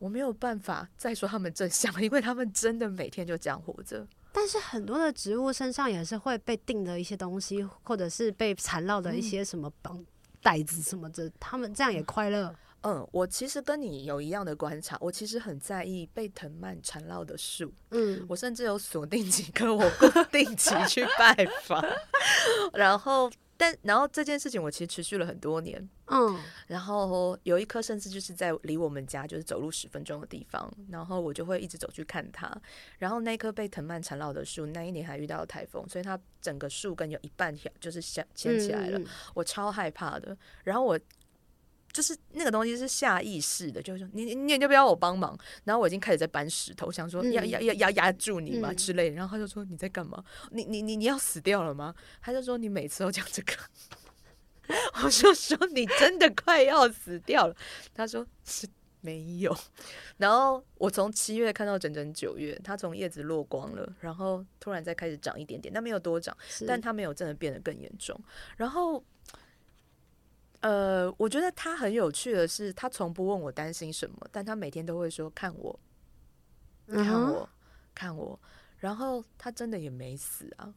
B: 我没有办法再说他们正向，因为他们真的每天就这样活着。 <laughs>
A: 但是很多的植物身上也是会被定的一些东西，或者是被缠绕
B: 嗯
A: 的一些什么绑带子什么的，他们这样也快乐。
B: 嗯，我其实跟你有一样的观察，我其实很在意被藤蔓缠绕的树，
A: 嗯，
B: 我甚至有锁定几棵，我固定期去拜访， <laughs> 然后但然后这件事情我其实持续了很多年，
A: 嗯，
B: 然后有一棵甚至就是在离我们家就是走路十分钟的地方，然后我就会一直走去看它。然后那棵被藤蔓缠绕的树，那一年还遇到了台风，所以它整个树根有一半条就是掀牵起来了，
A: 嗯，嗯
B: 我超害怕的。然后我就是那个东西是下意识的，就是说你你你要不要我帮忙？然后我已经开始在搬石头，想说
A: 嗯
B: 要要要要压住你嘛
A: 嗯
B: 之类的。然后他就说你在干嘛？你你你你要死掉了吗？他就说你每次都讲这个。 <laughs> 我就说你真的快要死掉了。他说是没有。然后我从七月看到整整九月，它从叶子落光了，然后突然再开始长一点点，但没有多长。
A: 是
B: 但它没有真的变得更严重。然后，呃，我觉得他很有趣的是，他从不问我担心什么，但他每天都会说看我，
A: 嗯
B: 看
A: 哼
B: 我，看我。然后他真的也没死啊，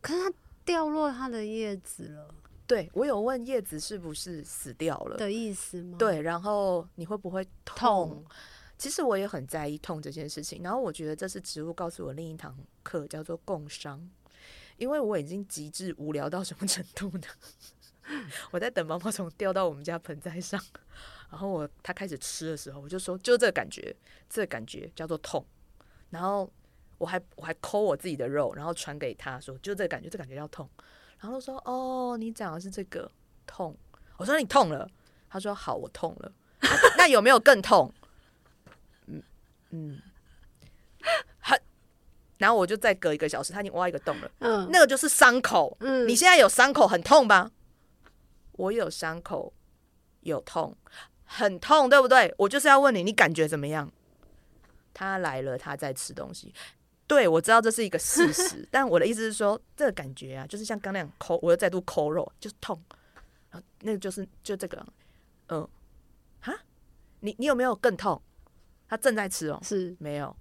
A: 可是它掉落它的叶子了
B: 对我有问叶子是不是死掉了，
A: 的意思吗？，
B: 对，然后你会不会痛
A: 痛，
B: 其实我也很在意痛这件事情，然后我觉得这是植物告诉我另一堂课叫做共伤，因为我已经极致无聊到什么程度呢？ <laughs> 我在等毛毛虫掉到我们家盆栽上，然后我它开始吃的时候，我就说就这个感觉，这个感觉叫做痛，然后我还我还抠我自己的肉，然后传给他说就这个感觉，这感觉叫痛，然后他说哦你讲的是这个痛，我说你痛了，他说好我痛了，那有没有更痛？嗯，很。然后我就再隔一个小时，他已经挖一个洞了，
A: 嗯，
B: 那个就是伤口。
A: 嗯
B: 你现在有伤口，很痛吧？我有伤口，有痛，很痛，对不对？我就是要问你，你感觉怎么样？他来了，他在吃东西。对，我知道这是一个
A: <laughs>
B: 事实，但我的意思是说，这个感觉啊，就是像刚那样抠，我又再度抠肉，就是痛。然后那个就是就这个，嗯、哈，你你有没有更痛？他正在吃哦，
A: 是，
B: 没有。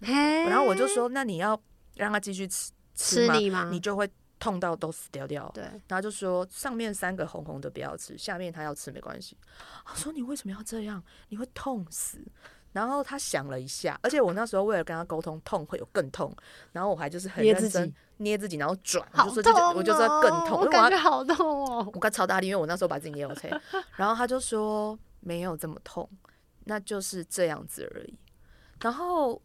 A: 嘿，
B: 然后我就说，那你要让他继续吃
A: 嗯吃
B: 吗？
A: 你吗？
B: 你就会痛到都死掉掉。哦
A: 对，
B: 然后就说上面三个红红的不要吃，下面他要吃没关系。我说你为什么要这样？你会痛死。然后他想了一下，而且我那时候为了跟他沟通，痛会有更痛，然后我还就是很
A: 捏
B: 认
A: 自己
B: 真捏自己，然后转，我
A: 好
B: 就说
A: 痛
B: 这
A: 哦、
B: 我就说更痛，因
A: 我
B: 为我要
A: 感觉好痛
B: <laughs>
A: 哦。
B: 我刚超大力，因为我那时候把自己捏
A: <laughs>
B: OK，然后他就说没有这么痛，那就是这样子而已。然后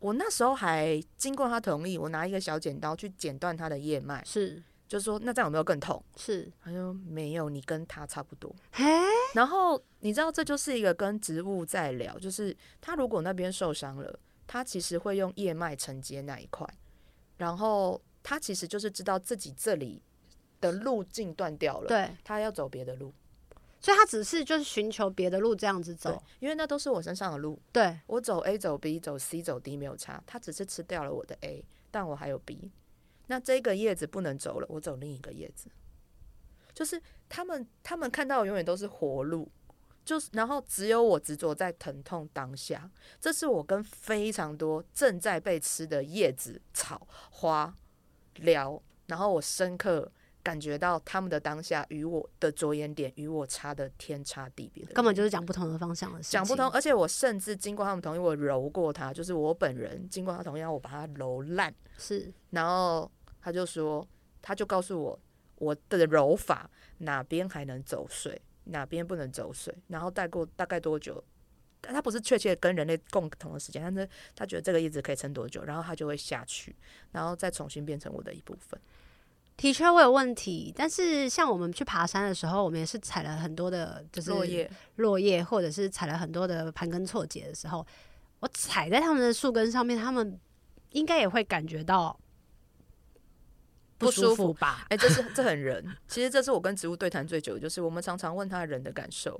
B: 我那时候还经过他同意，我拿一个小剪刀去剪断他的叶脉，
A: 是
B: 就说那这样有没有更痛？
A: 是，
B: 他说没有，你跟他差不多。
A: 嘿，
B: 然后你知道这就是一个跟植物在聊，就是他如果那边受伤了，他其实会用叶脉承接那一块，然后他其实就是知道自己这里的路径断掉了，
A: 对，
B: 他要走别的路。
A: 所以他只是就是寻求别的路这样子
B: 对
A: 走，，
B: 因为那都是我身上的路，
A: 对，
B: 我走 A 走 B 走 C 走 D 没有差，他只是吃掉了我的 A，但我还有 B。那这个叶子不能走了，我走另一个叶子。就是他们，他们看到的永远都是活路，就是然后只有我执着在疼痛当下。这是我跟非常多正在被吃的叶子、草、花聊，然后我深刻感觉到他们的当下与我的着眼点与我差的天差地别的原因，
A: 根本就是讲不同的方向的事情，
B: 讲不通，，而且我甚至经过他们同意，我揉过它，就是我本人经过他同意，然后我把它揉烂，
A: 是
B: 然后他就说，他就告诉我我的揉法哪边还能走水，哪边不能走水，然后带过大概多久。但他不是确切跟人类共同的时间，但是他觉得这个叶子可以撑多久，然后他就会下去，然后再重新变成我的一部分。
A: 的确会有问题，但是像我们去爬山的时候，我们也是踩了很多的，就是
B: 落叶，
A: 落叶，或者是踩了很多的盘根错节的时候，我踩在他们的树根上面，他们应该也会感觉到
B: 不舒
A: 服
B: 服
A: 吧？
B: 哎、这是这很人。其实这是我跟植物对谈最久的，就是我们常常问他人的感受，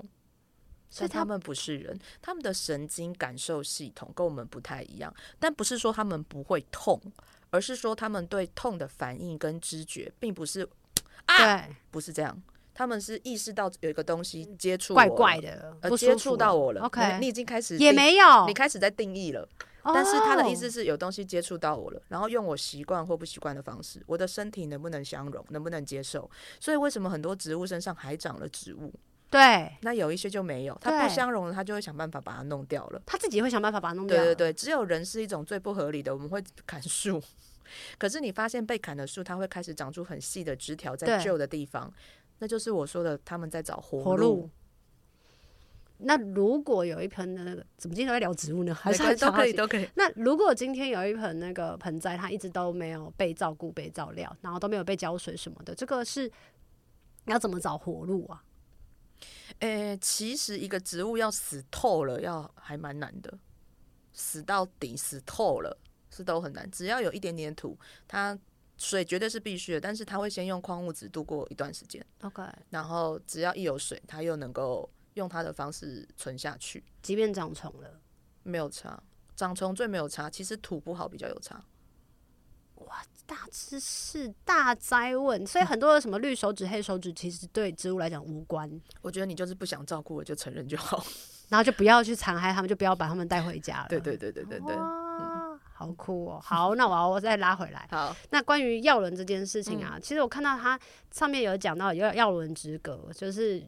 A: 所以
B: 所以
A: 他
B: 他们不是人，他们的神经感受系统跟我们不太一样，但不是说他们不会痛，而是说他们对痛的反应跟知觉，并不是不是这样，他们是意识到有一个东西接触
A: 对，
B: 我了
A: 怪怪，的，
B: 呃，
A: 不
B: 接
A: 舒服
B: 触到我了
A: OK，
B: 你你已经开始
A: 也
B: 定，
A: 没有
B: 你，开始在定义了，但是他的意思哦
A: 哦，
B: 是有东西接触到我了，然后用我习惯或不习惯的方式，我的身体能不能相容，能不能接受？所以为什么很多植物身上还长了植物？
A: 对
B: 那有一些就没有，它不
A: 对
B: 相容了，它就会想办法把它弄掉了。
A: 他自己会想办法把它弄掉。
B: 对对，对，只有人是一种最不合理的，我们会砍树，可是你发现被砍的树，它会开始长出很细的枝条，在
A: 对
B: 旧的地方，那就是我说的，他们在找活
A: 活路。那如果有一盆的那个，怎么今天在聊植物呢？还
B: 没
A: 是
B: 关系
A: 很
B: 都可以
A: 想要
B: 都可以。
A: 那如果今天有一盆那个盆栽，它一直都没有被照顾、被照料，然后都没有被浇水什么的，这个是要怎么找活路啊？
B: 诶、其实一个植物要死透了，要还蛮难的，死到底死透了是都很难，只要有一点点土，它水绝对是必须的，但是它会先用矿物质度过一段时间。
A: OK，
B: 然后只要一有水，它又能够用它的方式存下去，
A: 即便长虫了，
B: 没有差。长虫最没有差，其实土不好比较有差。
A: 大知识、大灾问，所以很多的什么绿手指、黑手指，其实对植物来讲无关，
B: 我觉得你就是不想照顾我，就承认就好。 <laughs>
A: 然后就不要去残害它们，就不要把它们带回家了。
B: 对对对对对对，
A: 哦
B: 嗯
A: 哇，好酷哦！好，那我要我再拉回来。
B: 好，
A: 那关于药轮这件事情啊，
B: 嗯
A: 其实我看到它上面有讲到药药轮之隔，就是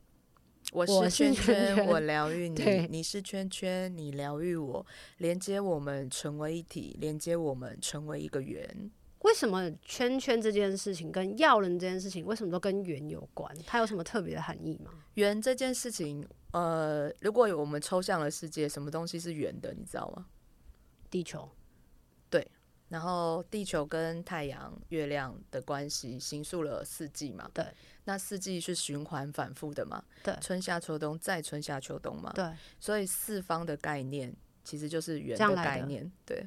B: 我
A: 我
B: 是
A: 是
B: 圈
A: 圈圈
B: 圈，我疗愈你
A: 对，
B: 你是圈圈，你疗愈我，连接我们成为一体，连接我们成为一个圆。
A: 为什么圈圈这件事情跟药轮这件事情，为什么都跟圆有关？它有什么特别的含义吗？
B: 圆这件事情，呃，如果有我们抽象的世界，什么东西是圆的，你知道吗？
A: 地球
B: 然后地球跟太阳、月亮的关系形塑了四季嘛？
A: 对。
B: 那四季是循环反复的嘛？
A: 对
B: 春夏秋冬，再春夏秋冬嘛？。
A: 对，
B: 所以四方的概念其实就是圆
A: 这样
B: 的
A: 来的
B: 概念，对。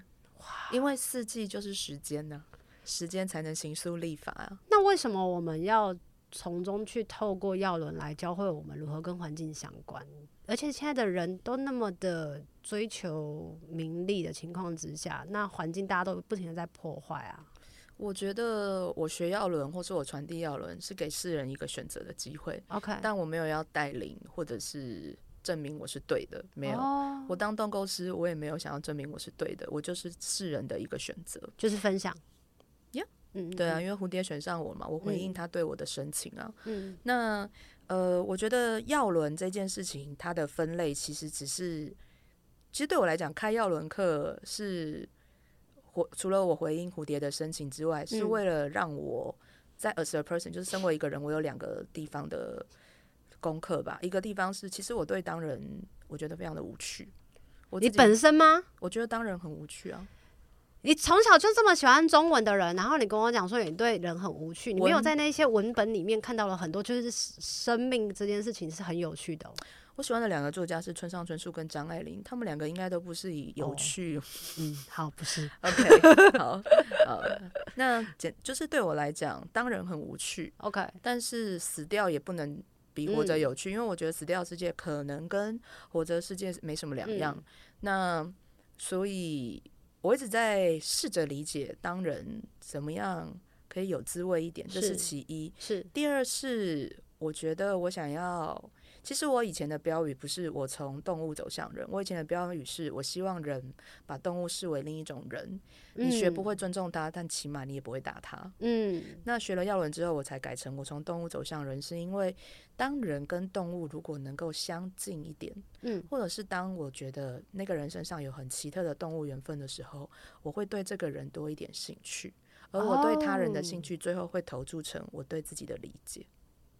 B: 因为四季就是时间呢、时间才能行塑立法啊。
A: 那为什么我们要从中去透过药轮来教会我们如何跟环境相关？而且现在的人都那么的追求名利的情况之下，那环境大家都不停的在破坏啊。
B: 我觉得我学药轮，或是我传递药轮，是给世人一个选择的机会，
A: OK，
B: 但我没有要带领或者是证明我是对的，没有。
A: 哦
B: 我当动购师，我也没有想要证明我是对的，我就是世人的一个选择。
A: 就是分享
B: Yeah
A: 嗯，
B: 对啊，
A: 嗯，
B: 因为蝴蝶选上我嘛，我回
A: 嗯
B: 应他对我的申请啊。
A: 嗯
B: 那呃，我觉得药轮这件事情，它的分类其实只是，其实对我来讲，开药轮课是回除了我回应蝴蝶的申请之外，是
A: 嗯
B: 为了让我在 as a person，就是身为一个人，我有两个地方的功课吧。一个地方是，其实我对当人我觉得非常的无趣。我
A: 你
B: 自己
A: 本身吗？
B: 我觉得当人很无趣啊。
A: 你从小就这么喜欢中文的人，然后你跟我讲说你对人很无趣，你没有
B: 文
A: 在那些文本里面看到了很多，就是生命这件事情是很有趣的哦、
B: 我喜欢的两个作家是村上春树跟张爱玲，他们两个应该都不是以有
A: 哦
B: 趣
A: <laughs> 嗯，好，不是， <laughs>
B: OK，好，呃，那简就是对我来讲，当人很无趣，
A: OK，
B: 但是死掉也不能比活着
A: 嗯
B: 有趣，因为我觉得死掉的世界可能跟活着的世界没什么两
A: 嗯
B: 样。那所以我一直在试着理解，当人怎么样可以有滋味一点，这
A: 是
B: 是其一。
A: 是
B: 第二是，我觉得我想要，其实我以前的标语不是我从动物走向人，我以前的标语是我希望人把动物视为另一种人，你学不
A: 嗯
B: 会尊重它，但起码你也不会打它。
A: 嗯
B: 那学了药轮之后，我才改成我从动物走向人，是因为当人跟动物如果能够相近一点，
A: 嗯，
B: 或者是当我觉得那个人身上有很奇特的动物缘分的时候，我会对这个人多一点兴趣，而我对他人的兴
A: 哦
B: 趣最后会投注成我对自己的理解。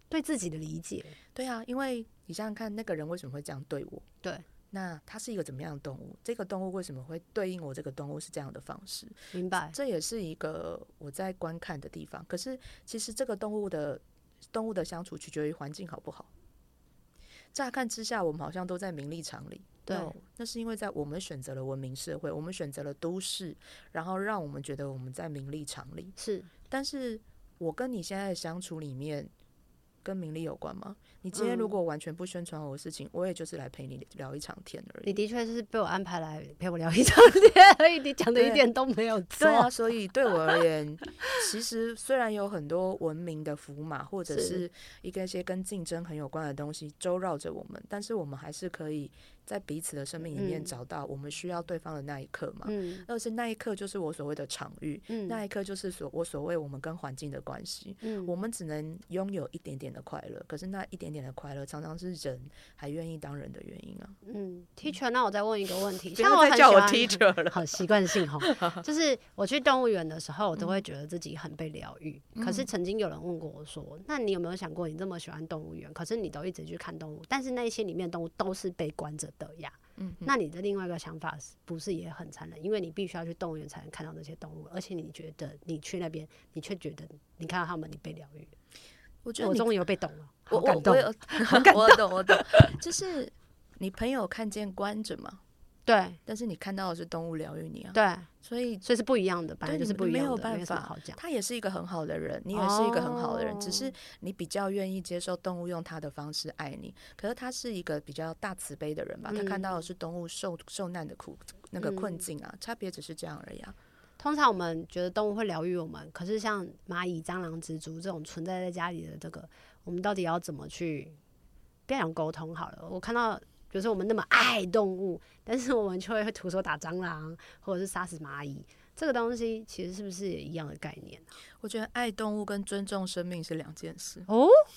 A: 对自己的理解，
B: 对啊，因为你想想看，那个人为什么会这样对我？
A: 对，
B: 那它是一个怎么样的动物？这个动物为什么会对应我这个动物是这样的方式？
A: 明白，
B: 这也是一个我在观看的地方。可是其实这个动物的动物的相处取决于环境好不好。乍看之下，我们好像都在名利场里。
A: 对
B: No，那是因为在我们选择了文明社会，我们选择了都市，然后让我们觉得我们在名利场里。
A: 是，
B: 但是我跟你现在的相处里面，跟名利有关吗？你今天如
A: 嗯
B: 果完全不宣传我的事情，我也就是来陪你聊一场天而
A: 你
B: 已。
A: 的确是被我安排来陪我聊一场天而已，你讲的一
B: 对
A: 点都没有错，
B: 对啊，所以对我而言，其实虽然有很多文明的符码，或者
A: 是
B: 是一个一些跟竞争很有关的东西周绕着我们，但是我们还是可以在彼此的生命里面
A: 嗯
B: 找到我们需要对方的那一刻嘛。
A: 嗯
B: 而是那一刻就是我所谓的场域，
A: 嗯
B: 那一刻就是所我所谓我们跟环境的关系。
A: 嗯
B: 我们只能拥有一点点的快乐，可是那一点点的快乐常常是人还愿意当人的原因啊！
A: 嗯，teacher，那我再问一个问题，
B: 不
A: 像
B: 要
A: 我
B: 再
A: 很
B: 叫
A: 喜
B: 我
A: 欢
B: teacher 了。
A: 好习惯性
B: <laughs>
A: 哈，就是我去动物园的时候，我都
B: 嗯
A: 会觉得自己很被疗愈。可是曾经有人问过我说：“那你有没有想过，你这么喜欢动物园，可是你都一直去看动物，但是那些里面的动物都是被关着的呀？”
B: 嗯
A: 那你的另外一个想法是不是也很残忍？因为你必须要去动物园才能看到那些动物，而且你觉得你去那边，你却觉得你看到他们，你被疗愈了。
B: 我觉得
A: 我
B: 你
A: 终于又被懂了，好
B: 我我
A: 感
B: 我
A: 动。
B: 有，我懂我懂，就是你朋友看见关着嘛，
A: 对
B: 但是你看到的是动物疗愈你啊，
A: 对，
B: 所以
A: 所以是不一样的，本来
B: 对
A: 就是
B: 你
A: 不一
B: 没
A: 样
B: 有
A: 的，
B: 办
A: 没什么
B: 法
A: 好讲。
B: 他也是一个很好的人，你也是一个很好的人，
A: 哦
B: 只是你比较愿意接受动物用他的方式爱你。可是他是一个比较大慈悲的人吧？他看
A: 嗯
B: 到的是动物受受难的苦那个困境啊，差别只是这样而已啊。
A: 通常我们觉得动物会疗愈我们，可是像蚂蚁、蟑螂、蜘蛛这种存在在家里的这个，我们到底要怎么去？不要讲沟通好了，我看到，比如说我们那么爱动物，但是我们却会徒手打蟑螂，或者是杀死蚂蚁，这个东西其实是不是也一样的概念、啊、
B: 我觉得爱动物跟尊重生命是两件事。
A: 哦， <laughs>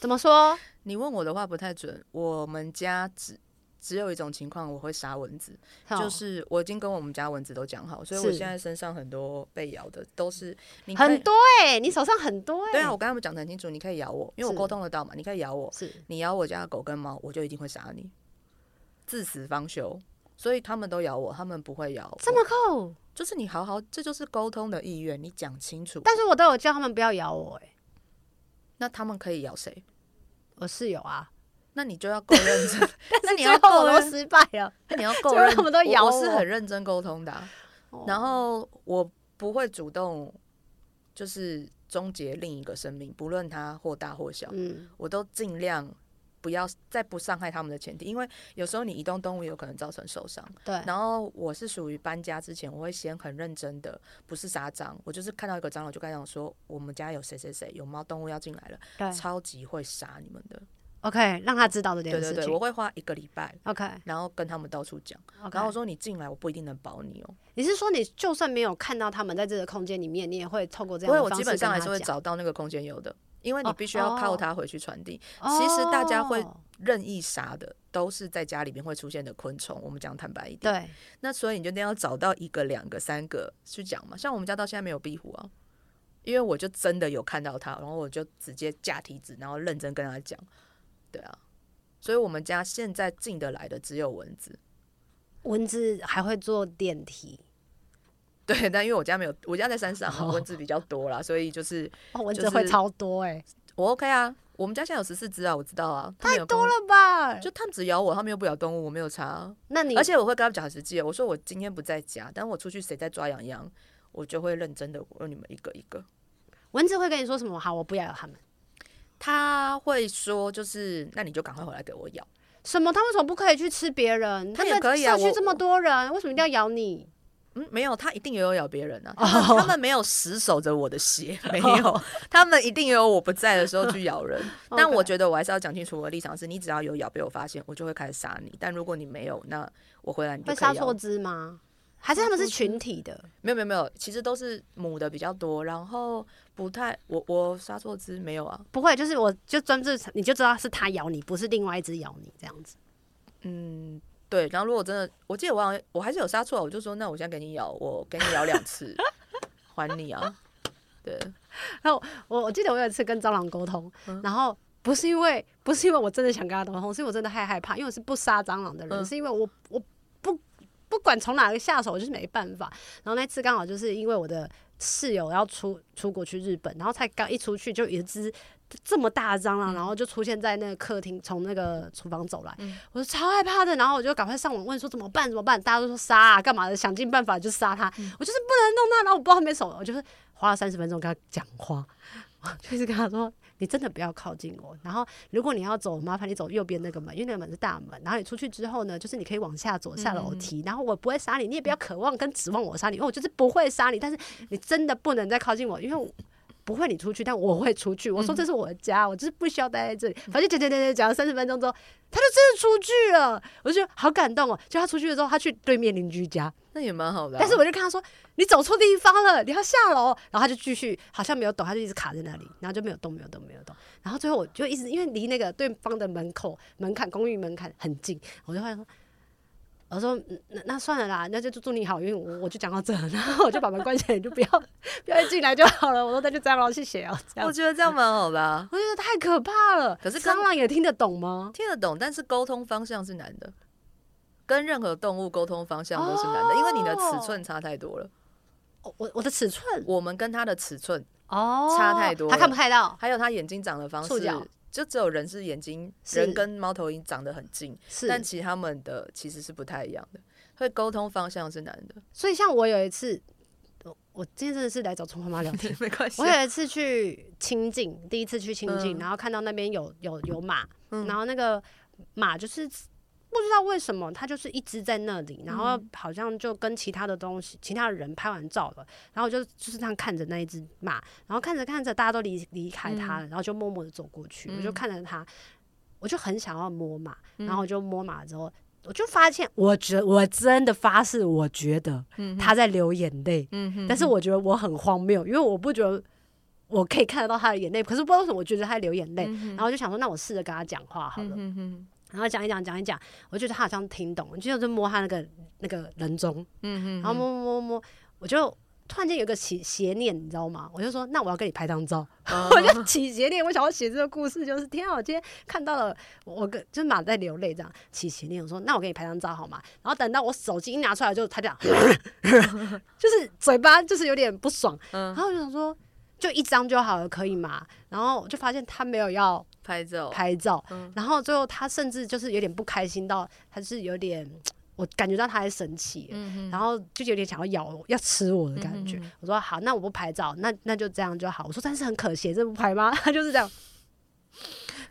A: 怎么说？
B: 你问我的话不太准，我们家只只有一种情况我会杀蚊子，就
A: 哦
B: 是我已经跟我们家蚊子都讲好，所以我
A: 是
B: 现在身上很多被咬的都是你可以
A: 很多哎、你手上很多哎、
B: 对啊，我跟他们讲得很清楚，你可以咬我，因为我
A: 是
B: 沟通得到嘛，你可以咬我，
A: 是
B: 你咬我家的狗跟猫，我就一定会杀你，至死方休。所以他们都咬我，他们不会咬我。
A: 这么酷，
B: 就是你好好，这就是沟通的意愿，你讲清楚。
A: 但是我都有叫他们不要咬我哎、
B: 那他们可以咬谁？
A: 我室友啊，
B: 那你就要够认真，那
A: 最
B: 你要
A: 后
B: 够
A: 我都
B: 认，
A: 失败了，<laughs>
B: 那你要
A: 结
B: 够
A: 果
B: 认。
A: 他们都咬
B: 我，
A: 我，
B: 是很认真沟通的啊、
A: 哦
B: 然后我不会主动，就是终结另一个生命，不论它或大或小。
A: 嗯。
B: 我都尽量不要在不伤害他们的前提，因为有时候你移动动物有可能造成受伤。
A: 对，
B: 然后我是属于搬家之前，我会先很认真的，不是杀蟑，我就是看到一个蟑螂，我就跟他讲说，我们家有谁谁谁有猫动物要进来了，
A: 对，
B: 超级会杀你们的。
A: OK，让他知道这件
B: 对
A: 事
B: 对
A: 情。
B: 对，我会花一个礼拜，
A: OK
B: 然后跟他们到处讲。
A: OK，
B: 然后我说你进来，我不一定能保你哦。
A: 你是说你就算没有看到他们在这个空间里面，你也会透过这
B: 不
A: 样
B: 会，
A: 的
B: 我
A: 方
B: 基
A: 式
B: 本
A: 跟
B: 上
A: 他
B: 还是会
A: 讲？
B: 找到那个空间有的，因为你
A: 哦
B: 必须要靠
A: 哦
B: 它回去传递。
A: 哦
B: 其实大家会任意杀的都是在家里面会出现的昆虫，我们讲坦白一点。
A: 对
B: 那所以你就一定要找到一个、两个、三个去讲嘛。像我们家到现在没有壁虎啊，因为我就真的有看到它，然后我就直接架梯子，然后认真跟他讲。对啊，所以我们家现在进得来的只有蚊子。
A: 蚊子还会坐电梯
B: 对，但因为我家没有，我家在山上啊，
A: 哦
B: 蚊子比较多啦，所以就是
A: 哦，蚊
B: 就
A: 子会
B: 是
A: 超多哎、
B: 我 OK 啊。我们家现在有十四只啊，我知道啊，太
A: 多了吧？
B: 就他们只咬我，他们又不咬动物，我没有查、啊。
A: 那你
B: 而且我会跟他们讲实际，哦我说我今天不在家，但我出去谁在抓痒痒，我就会认真的问你们一个一个。
A: 蚊子会跟你说什么？好，我不要有他们。
B: 他会说就是，那你就赶快回来给我咬。
A: 什么？他为什么不可以去吃别人？
B: 他
A: 他
B: 也
A: 们
B: 可以啊
A: 社区
B: 我
A: 这么多人，为什么一定要咬你？
B: 嗯，没有，他一定也有咬别人
A: 哦
B: 啊。他们他们没有死守着我的鞋，没有， <laughs> 他们一定也有我不在的时候去
A: <laughs>
B: 咬人。但
A: OK
B: 我觉得我还是要讲清楚我的立场是，你只要有咬被我发现，我就会开始杀你。但如果你没有，那我回来嗯你就
A: 会
B: 可
A: 杀
B: 以咬
A: 错
B: 我。
A: 只吗？还是他们是
B: 杀错
A: 群体的？
B: 没有没有没有，其实都是母的比较多，然后不太我我杀错只没有啊，
A: 不会，就是我就专注，你就知道是它咬你，不是另外一只咬你这样子。
B: 嗯，对。然后如果真的，我记得我好像我还是有杀错，啊我就说那我现在给你咬，我给你咬两
A: <laughs>
B: 次，还你啊。对，
A: 我我记得我有一次跟蟑螂沟通，然后不是因为不是因为我真的想跟他沟通，是因为我真的太害怕，因为我是不杀蟑螂的人，
B: 嗯
A: 是因为我我不不管从哪个下手，我就是没办法。然后那次刚好就是因为我的室友要出出国去日本，然后才刚一出去就有一只。这么大的蟑螂，然后就出现在那个客厅，从那个厨房走来，我就超害怕的。然后我就赶快上网问说怎么办？怎么办？大家都说杀、啊，干嘛的？想尽办法就杀它。我就是不能弄它，然后我不知道它没手，我就是花了三十分钟跟他讲话，我就是跟他说：“你真的不要靠近我。然后如果你要走，麻烦你走右边那个门，因为那个门是大门。然后你出去之后呢，就是你可以往下走下楼梯。然后我不会杀你，你也不要渴望跟指望我杀你，因为我就是不会杀你。但是你真的不能再靠近我，因为我。”不会，你出去，但我会出去。我说这是我的家，我就是不需要待在这里。反正讲讲讲讲讲了三十分钟之后，他就真的出去了，我就觉得好感动哦。就他出去了之后，他去对面邻居家，
B: 那也蛮好的啊、
A: 但是我就跟他说：“你走错地方了，你要下楼。”然后他就继续好像没有懂，他就一直卡在那里，然后就没有动，没有动，没有动。然后最后我就一直因为离那个对方的门口门槛公寓门槛很近，我就后来说。我说嗯那那算了啦，那就祝你好运。我我就讲到这，然后我就把门关起来，你就不要不要进来就好了。我说那就这样咯，谢谢哦、这样
B: 我觉得这样蛮好的啊、
A: 我觉得太可怕了。
B: 可是跟
A: 蟑螂也听得懂吗？
B: 听得懂，但是沟通方向是难的，跟任何动物沟通方向都是难的，因为你的尺寸差太多了。
A: 我我我的尺寸
B: 我们跟它的尺寸，
A: 哦
B: 差太多
A: 他
B: 了
A: 看不太到，
B: 还有它眼睛长的方
A: 触
B: 式
A: 角，
B: 就只有人是眼睛，
A: 是
B: 人跟猫头鹰长得很近，
A: 是
B: 但其实它们的其实是不太一样的，所以沟通方向是难
A: <laughs>
B: 的。
A: 所以像我有一次，我我今天真的是来找春花妈聊天。
B: 没关系
A: 我有一次去清境，第一次去清境，
B: 嗯
A: 然后看到那边有有有马，
B: 嗯
A: 然后那个马就是不知道为什么它就是一直在那里，然
B: 嗯
A: 后好像就跟其他的东西、其他的人拍完照了，然后我就就是这样看着那一只马，然后看着看着大家都离离开它了，然后就默默的走过去，我就
B: 嗯
A: 看着它，我就很想要摸马，然后我就摸马之后。我就发现，我觉我真的发誓，我觉得
B: 嗯
A: 他在流眼泪，
B: 嗯哼
A: 但是我觉得我很荒谬，因为我不觉得我可以看得到他的眼泪，可是不知道为什么我觉得他在流眼泪，然后我就想说，那我试着跟他讲话好了，
B: 嗯哼
A: 然后讲一讲讲一讲，我觉得他好像听懂，就是摸他那个那个人中，
B: 嗯
A: 然后摸摸摸摸，我就。突然间有一个邪邪念，你知道吗？我就说，那我要跟你拍张照。
B: 哼，
A: <laughs> 我就起邪念，我想要写这个故事，就是天啊，我今天看到了，我我跟就是马在流泪这样起邪念，我说那我给你拍张照好吗？然后等到我手机一拿出来，就他这样， <laughs> 就是嘴巴就是有点不爽，然
B: 嗯，
A: 后我就想说就一张就好了，可以吗？然后我就发现他没有要
B: 拍照，
A: 拍照，
B: 嗯
A: 然后最后他甚至就是有点不开心到，他是有点我感觉到他在生气，
B: 嗯
A: 然后就有点想要咬我、要吃我的感觉。
B: 嗯哼
A: 我说好，那我不拍照，那那就这样就好。我说但是很可惜，这不拍吗？ <laughs> 他就是这样
B: 呃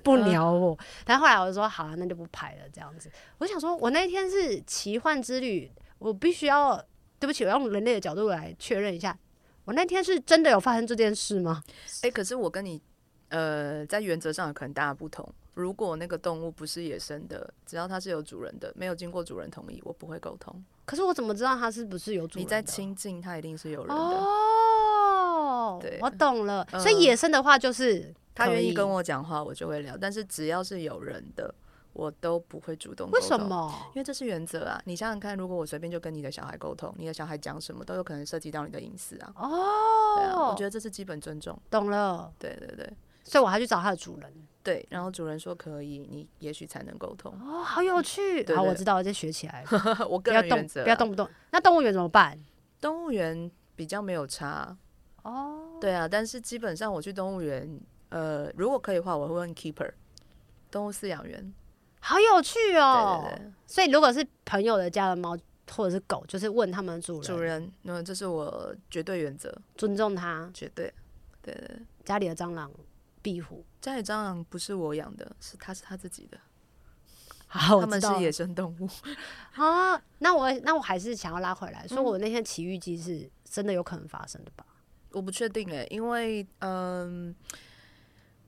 A: 不鸟我。但后来我就说好、啊，那就不拍了这样子。我想说，我那一天是奇幻之旅，我必须要对不起，我用人类的角度来确认一下，我那天是真的有发生这件事吗？
B: 哎，可是我跟你呃，在原则上有可能大家不同。如果那个动物不是野生的，只要它是有主人的，没有经过主人同意，我不会沟通。
A: 可是我怎么知道它是不是有主人
B: 你
A: 的？
B: 在亲近它，一定是有人的。
A: 哦
B: 对，
A: 我懂了。
B: 嗯
A: 所以野生的话就是
B: 他
A: 可
B: 愿意
A: 以
B: 跟我讲话，我就会聊。但是只要是有人的，我都不会主动。
A: 为什？么？
B: 因为这是原则啊！你想想看，如果我随便就跟你的小孩沟通，你的小孩讲什么都有可能涉及到你的隐私啊。对啊，我
A: 哦
B: 觉，得这是基本尊重。
A: 懂了。
B: 对对对
A: 所以我还去找它的主人。
B: 对，然后主人说可以，你也许才能沟通。
A: 哦，好有趣。
B: 对
A: 好，
B: 对
A: 我知道，我再学起来。
B: <laughs> 我
A: 不
B: 个
A: 要
B: 人
A: 动，
B: 原则、啊
A: 不要。动不动。那动物园怎么办？
B: 动物园比较没有差。
A: 哦，
B: 对啊，但是基本上我去动物园，呃，如果可以的话，我会问 keeper，动物饲养员。
A: 好有趣哦。
B: 对对对，
A: 所以如果是朋友的家的猫或者是狗，就是问他们的主人，
B: 主人，那这是我绝对原则，
A: 尊重它。
B: 绝对。对对对，
A: 家里的蟑螂、壁虎，
B: 家里蟑螂不是我养的，是它是它自己的，
A: 好，
B: 它
A: 哦我
B: 们
A: 知
B: 是
A: 道了
B: 野生动物。
A: 啊。那我那我还是想要拉回来，
B: 嗯
A: 说我那天奇遇记是真的有可能发生的吧？
B: 我不确定诶，因为嗯，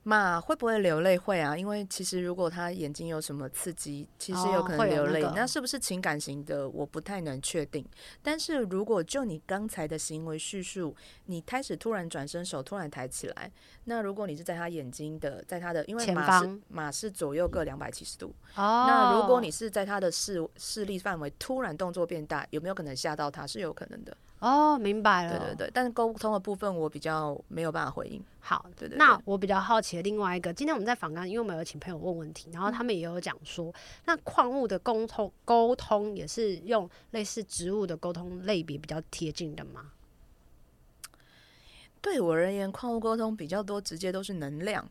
B: 马会不会流泪？会啊，因为其实如果它眼睛有什么刺激，其实有可
A: 哦会
B: 能
A: 有
B: 流
A: 那
B: 泪。
A: 个
B: 是不是情感型的？我不太能确定。但是如果就你刚才的行为叙述，你开始突然转身，手突然抬起来，那如果你是在它眼睛的，在它的，因为
A: 前
B: 马是
A: 方
B: 马是左右各两百七十度，
A: 哦
B: 那如果你是在它的视视力范围突然动作变大，有没有可能吓到它？是有可能的。
A: 哦，明白了，
B: 对对对，但是沟通的部分我比较没有办法回应。
A: 好，
B: 对对
A: 那
B: 对
A: 我比较好奇的另外一个，今天我们在访谈，因为我们有请朋友问问题，
B: 嗯
A: 然后他们也有讲说，那矿物的沟通沟通也是用类似植物的沟通类别比较贴近的吗？
B: 对我而言，矿物沟通比较多，直接都是能量，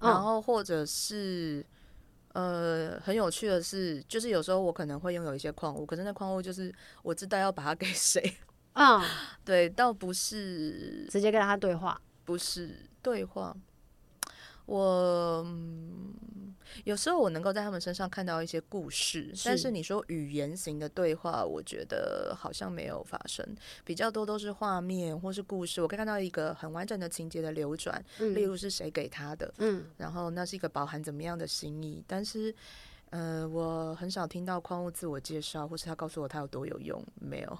A: 嗯
B: 然后或者是呃，很有趣的是，就是有时候我可能会拥有一些矿物，可是那矿物就是我知道要把它给谁，
A: 嗯，
B: <laughs> 对，倒不是
A: 直接跟他对话，
B: 不是对话。我、嗯有时候我能够在他们身上看到一些故事，但
A: 是
B: 是你说语言型的对话，我觉得好像没有发生，比较多都是画面或是故事。我可以看到一个很完整的情节的流转，
A: 嗯
B: 例如是谁给他的，
A: 嗯，
B: 然后那是一个饱含怎么样的心意。但是，呃，我很少听到矿物自我介绍，或是他告诉我他有多有用，没有。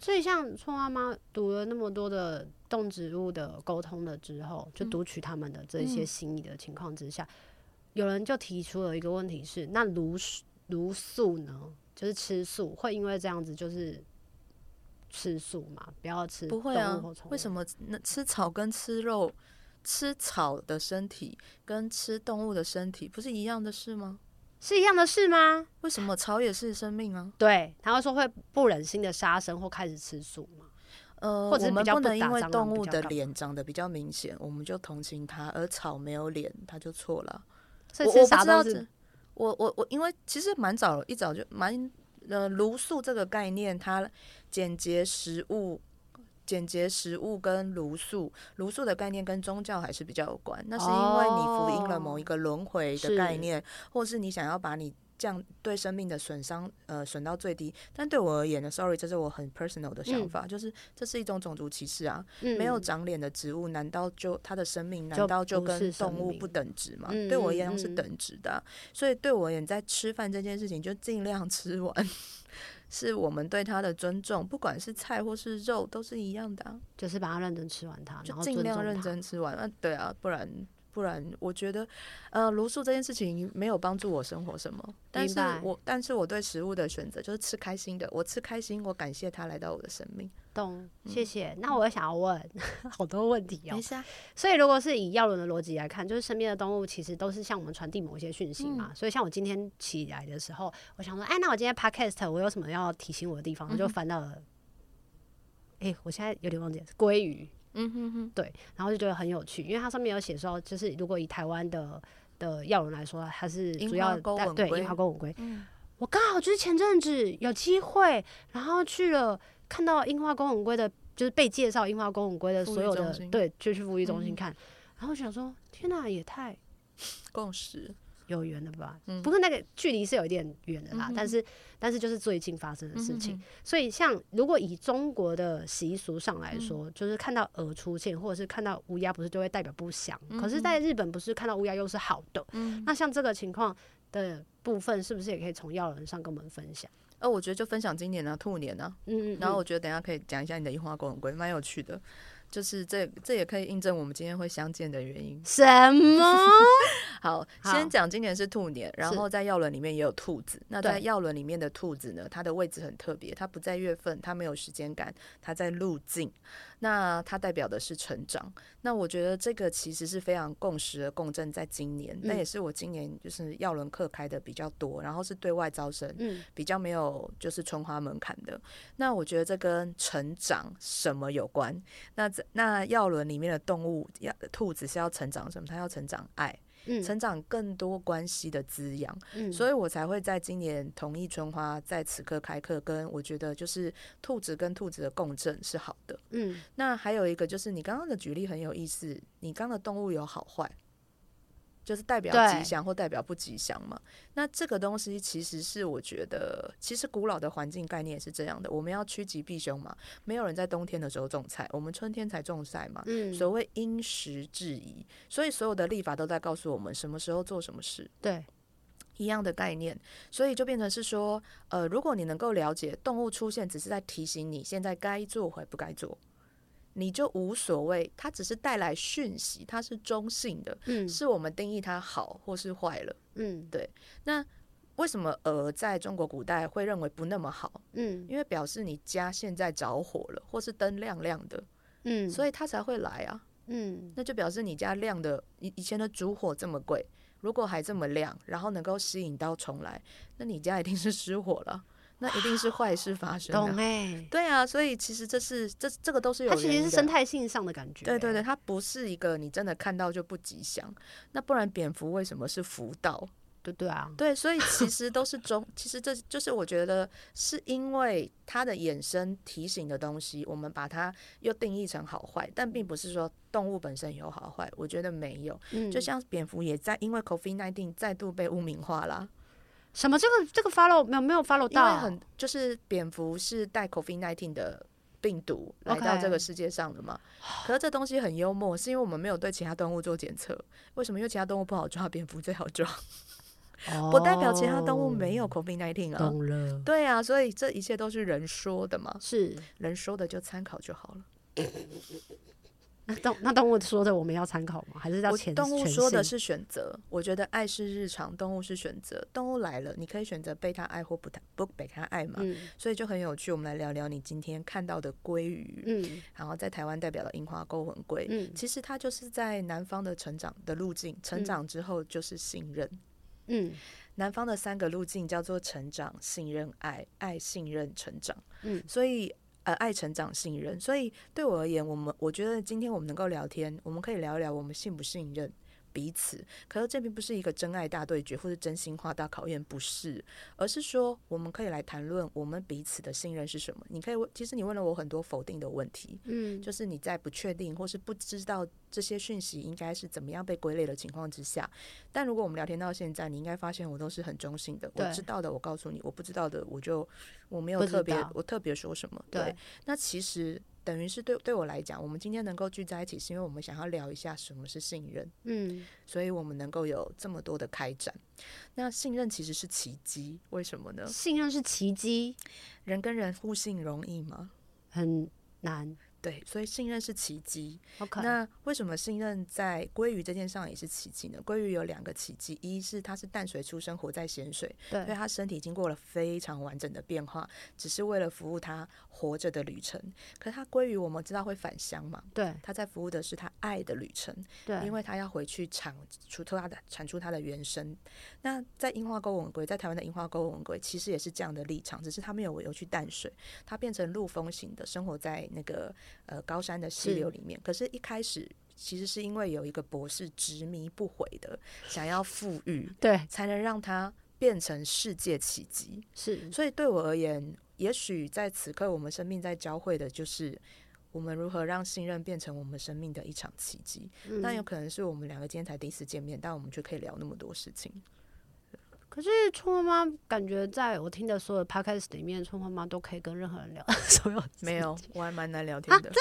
A: 所以像春花妈读了那么多的动植物的沟通了之后，
B: 嗯
A: 就读取他们的这些心意的情况之下，有人就提出了一个问题是：那茹素茹素呢？就是吃素会因为这样子就是吃素嘛？不要吃
B: 不会啊
A: 动物或宠，物
B: 为什么那吃草跟吃肉，吃草的身体跟吃动物的身体不是一样的事吗？
A: 是一样的事吗？
B: 为什么草也是生命啊？
A: 对，他会说会不忍心的杀生或开始吃素嘛？
B: 呃，
A: 或者是
B: 我们
A: 比较
B: 不
A: 不
B: 能因
A: 打
B: 为
A: 蟑
B: 动
A: 螂比
B: 物
A: 较
B: 的
A: 干嘛
B: 脸长得比较明显，我们就同情它，而草没有脸，它就错了。
A: 所以
B: 我我
A: 吃
B: 不
A: 啥
B: 知道
A: 都
B: 这
A: 是，
B: 我我我，因为其实蛮早一早就蛮呃，茹素这个概念，它简洁食物。简洁食物跟茹素，茹素的概念跟宗教还是比较有关。那是因为你福音了某一个轮回的
A: 哦
B: 概
A: 是
B: 念，或是你想要把你降对生命的损伤呃损到最低。但对我而言呢，sorry，这是我很 personal 的想
A: 嗯
B: 法，就是这是一种种族歧视啊。
A: 嗯
B: 没有长脸的植物，难道就它的生命
A: 就
B: 难道就
A: 不是
B: 跟
A: 生
B: 动物
A: 命
B: 不等值吗？
A: 嗯
B: 对我而
A: 嗯
B: 言是
A: 嗯
B: 等值的啊、所以对我而言，在吃饭这件事情就尽量吃完， <laughs> 是我们对它的尊重，不管是菜或是肉都是一样的啊、
A: 就是把它认真吃完它，
B: 就
A: 然后
B: 尽
A: 尊
B: 量
A: 重
B: 认
A: 它
B: 真吃完。啊，对啊，不然。不然，我觉得，呃，茹素这件事情没有帮助我生活什么，但
A: 明
B: 是
A: 白
B: 我但是我对食物的选择就是吃开心的，我吃开心，我感谢它来到我的生命。
A: 懂，
B: 嗯
A: 谢谢。那我也想要问 <laughs> 好多问题哦、
B: 没事啊，
A: 所以如果是以药轮的逻辑来看，就是身边的动物其实都是向我们传递某一些讯息
B: 嗯
A: 嘛。所以像我今天起来的时候，我想说，哎，那我今天 podcast 我有什么要提醒我的地
B: 嗯
A: 方？我就翻到了，哎、我现在有点忘记了，鲑鱼。
B: 嗯哼哼，
A: 对，然后就觉得很有趣，因为它上面有写说，就是如果以台湾的的药轮来说，它是
B: 樱
A: 主要
B: 花钩
A: 带
B: 吻
A: 对
B: 龟
A: 樱花钩吻龟。
B: 嗯
A: 我刚好就是前阵子有机会，然后去了看到樱花钩吻龟的，就是被介绍樱花钩吻龟的
B: 富
A: 所
B: 裕
A: 有
B: 中
A: 的
B: 心嗯
A: 对，就去富裕中心看，然后我想说，天哪，也太
B: 共识。
A: 有缘的吧？
B: 嗯
A: 不过那个距离是有一点远的啦，
B: 嗯哼
A: 但是但是就是最近发生的事情。
B: 嗯哼
A: 所以像如果以中国的习俗上
B: 嗯
A: 来说，就是看到鹅出现，或者是看到乌鸦，不是就会代表不祥？可是，在日本不是看到乌鸦又是好的？
B: 嗯
A: 那像这个情况的部分，是不是也可以从药人上跟我们分享？
B: 呃，我觉得就分享今年啊，兔年啊，
A: 嗯嗯，
B: 然
A: 嗯
B: 后我觉得等一下可以讲一下你的樱花公文龟，蛮有趣的。就是这这也可以印证我们今天会相见的原因。
A: 什
B: <laughs>
A: 么？
B: 好，
A: 好
B: 先讲今年是兔年，然
A: 是
B: 后在药轮里面也有兔子。那在
A: 对
B: 药轮里面的兔子呢，它的位置很特别，它不在月份，它没有时间感，它在路径。那它代表的是成长。那我觉得这个其实是非常共识的共振，在今年，
A: 嗯
B: 那、也是我今年就是药轮课开的比较多，然后是对外招生，
A: 嗯，
B: 比较没有就是春花门槛的。那我觉得这跟成长什么有关？那这那药轮里面的动物，要兔子是要成长什么？它要成长爱，
A: 嗯
B: 成长更多关系的滋养。
A: 嗯
B: 所以我才会在今年同意春花在此刻开课，跟我觉得就是兔子跟兔子的共振是好的。
A: 嗯，
B: 那还有一个就是你刚刚的举例很有意思，你刚刚的动物有好坏，就是代表
A: 对
B: 吉祥或代表不吉祥嘛。那这个东西其实是我觉得，其实古老的环境概念也是这样的，我们要趋吉避凶嘛。没有人在冬天的时候种菜，我们春天才种菜嘛。
A: 嗯
B: 所谓因时制宜，所以所有的立法都在告诉我们什么时候做什么事。
A: 对，
B: 一样的概念，所以就变成是说，呃，如果你能够了解动物出现，只是在提醒你现在该做或不该做，你就无所谓，它只是带来讯息，它是中性的，
A: 嗯
B: 是我们定义它好或是坏了。
A: 嗯
B: 为什么鹅在中国古代会认为不那么好？
A: 嗯
B: 因为表示你家现在着火了，或是灯亮亮的，
A: 嗯，以
B: 所以它才会来啊。
A: 嗯
B: 那就表示你家亮的，以以前的烛火这么贵，如果还这么亮，然后能够吸引到虫来，那你家一定是失火了，那一定是坏事发生
A: 懂
B: 的。
A: 哎、
B: <laughs> 对啊，所以其实这是这这个都是有
A: 它其
B: 原因
A: 实
B: 的
A: 是生。态性上的感觉、欸
B: 对对对，它不是一个你真的看到就不吉祥。那不然蝙蝠为什么是福到？
A: 对对啊，
B: 对，所以其实都是中，其实这就是我觉得是因为它的衍生提醒的东西，我们把它又定义成好坏，但并不是说动物本身有好坏，我觉得没有。
A: 嗯，
B: 就像蝙蝠也在因为 COVID 1 9再度被污名化啦，
A: 什么这个这个 follow 没有没有 follow
B: 因为
A: 到，
B: 很就是蝙蝠是带 COVID 1 9的病毒来到
A: OK
B: 这个世界上的嘛。可是这东西很幽默，是因为我们没有对其他动物做检测。为什么？因为其他动物不好抓，蝙蝠最好抓，不代表其他动物没有 COVID 1 9
A: 哦
B: 啊。
A: 懂了，
B: 对啊，所以这一切都是人说的嘛，
A: 是
B: 人说的就参考就好了。
A: 那动那动物说的我们要参考吗？还是要
B: 我
A: 前
B: 动物
A: 前
B: 说的
A: 性
B: 是选择，我觉得爱是日常，动物是选择。动物来了，你可以选择被它爱或不它不被它爱嘛。
A: 嗯
B: 所以就很有趣，我们来聊聊你今天看到的鲑鱼，
A: 嗯
B: 然后在台湾代表的樱花钩吻鲑。
A: 嗯
B: 其实它就是在南方的成长的路径，成长之后就是信任。
A: 嗯
B: 南方的三个路径叫做成长、信任、爱，爱、信任、成长。
A: 嗯
B: 所以呃，爱、成长、信任。所以对我而言，我们我觉得今天我们能够聊天，我们可以聊一聊我们信不信任彼此。可是这并不是一个真爱大对决或是真心话大考验，不是，而是说我们可以来谈论我们彼此的信任是什么。你可以问，其实你问了我很多否定的问题，
A: 嗯
B: 就是你在不确定或是不知道这些讯息应该是怎么样被归类的情况之下，但如果我们聊天到现在，你应该发现我都是很中性的，我
A: 对
B: 知道的我告诉你，我不知道的我就我没有
A: 不知
B: 特别
A: 道
B: 我特别说什么。对，
A: 对
B: 那其实等于是对对我来讲，我们今天能够聚在一起，是因为我们想要聊一下什么是信任，
A: 嗯
B: 所以我们能够有这么多的开展。那信任其实是奇迹，为什么呢？
A: 信任是奇迹，
B: 人跟人互信容易吗？
A: 很难
B: 对，所以信任是奇迹。
A: OK
B: 那为什么信任在鲑鱼这件上也是奇迹呢？鲑鱼有两个奇迹，一是它是淡水出生，活在咸水，所以
A: 对
B: 它身体经过了非常完整的变化，只是为了服务它活着的旅程。可它鲑鱼我们知道会返乡嘛？
A: 对
B: 它在服务的是它爱的旅程，
A: 对，
B: 因为它要回去产出它的产出它的原生。那在樱花沟吻龟，在台湾的樱花沟吻龟其实也是这样的立场，只是它没有游去淡水，它变成陆风型的，生活在那个呃高山的溪
A: 是
B: 流里面。可是，一开始其实是因为有一个博士执迷不悔的想要富裕，
A: 对
B: 才能让它变成世界奇迹。
A: 是
B: 所以对我而言，也许在此刻我们生命在交汇的就是。我们如何让信任变成我们生命的一场奇迹？
A: 嗯
B: 但有可能是我们两个今天才第一次见面，但我们却可以聊那么多事情。
A: 可是春花妈感觉在我听的所有 podcast 里面，春花妈都可以跟任何人聊 <laughs> 所有
B: 没有，我还蛮难聊天
A: 啊
B: 的。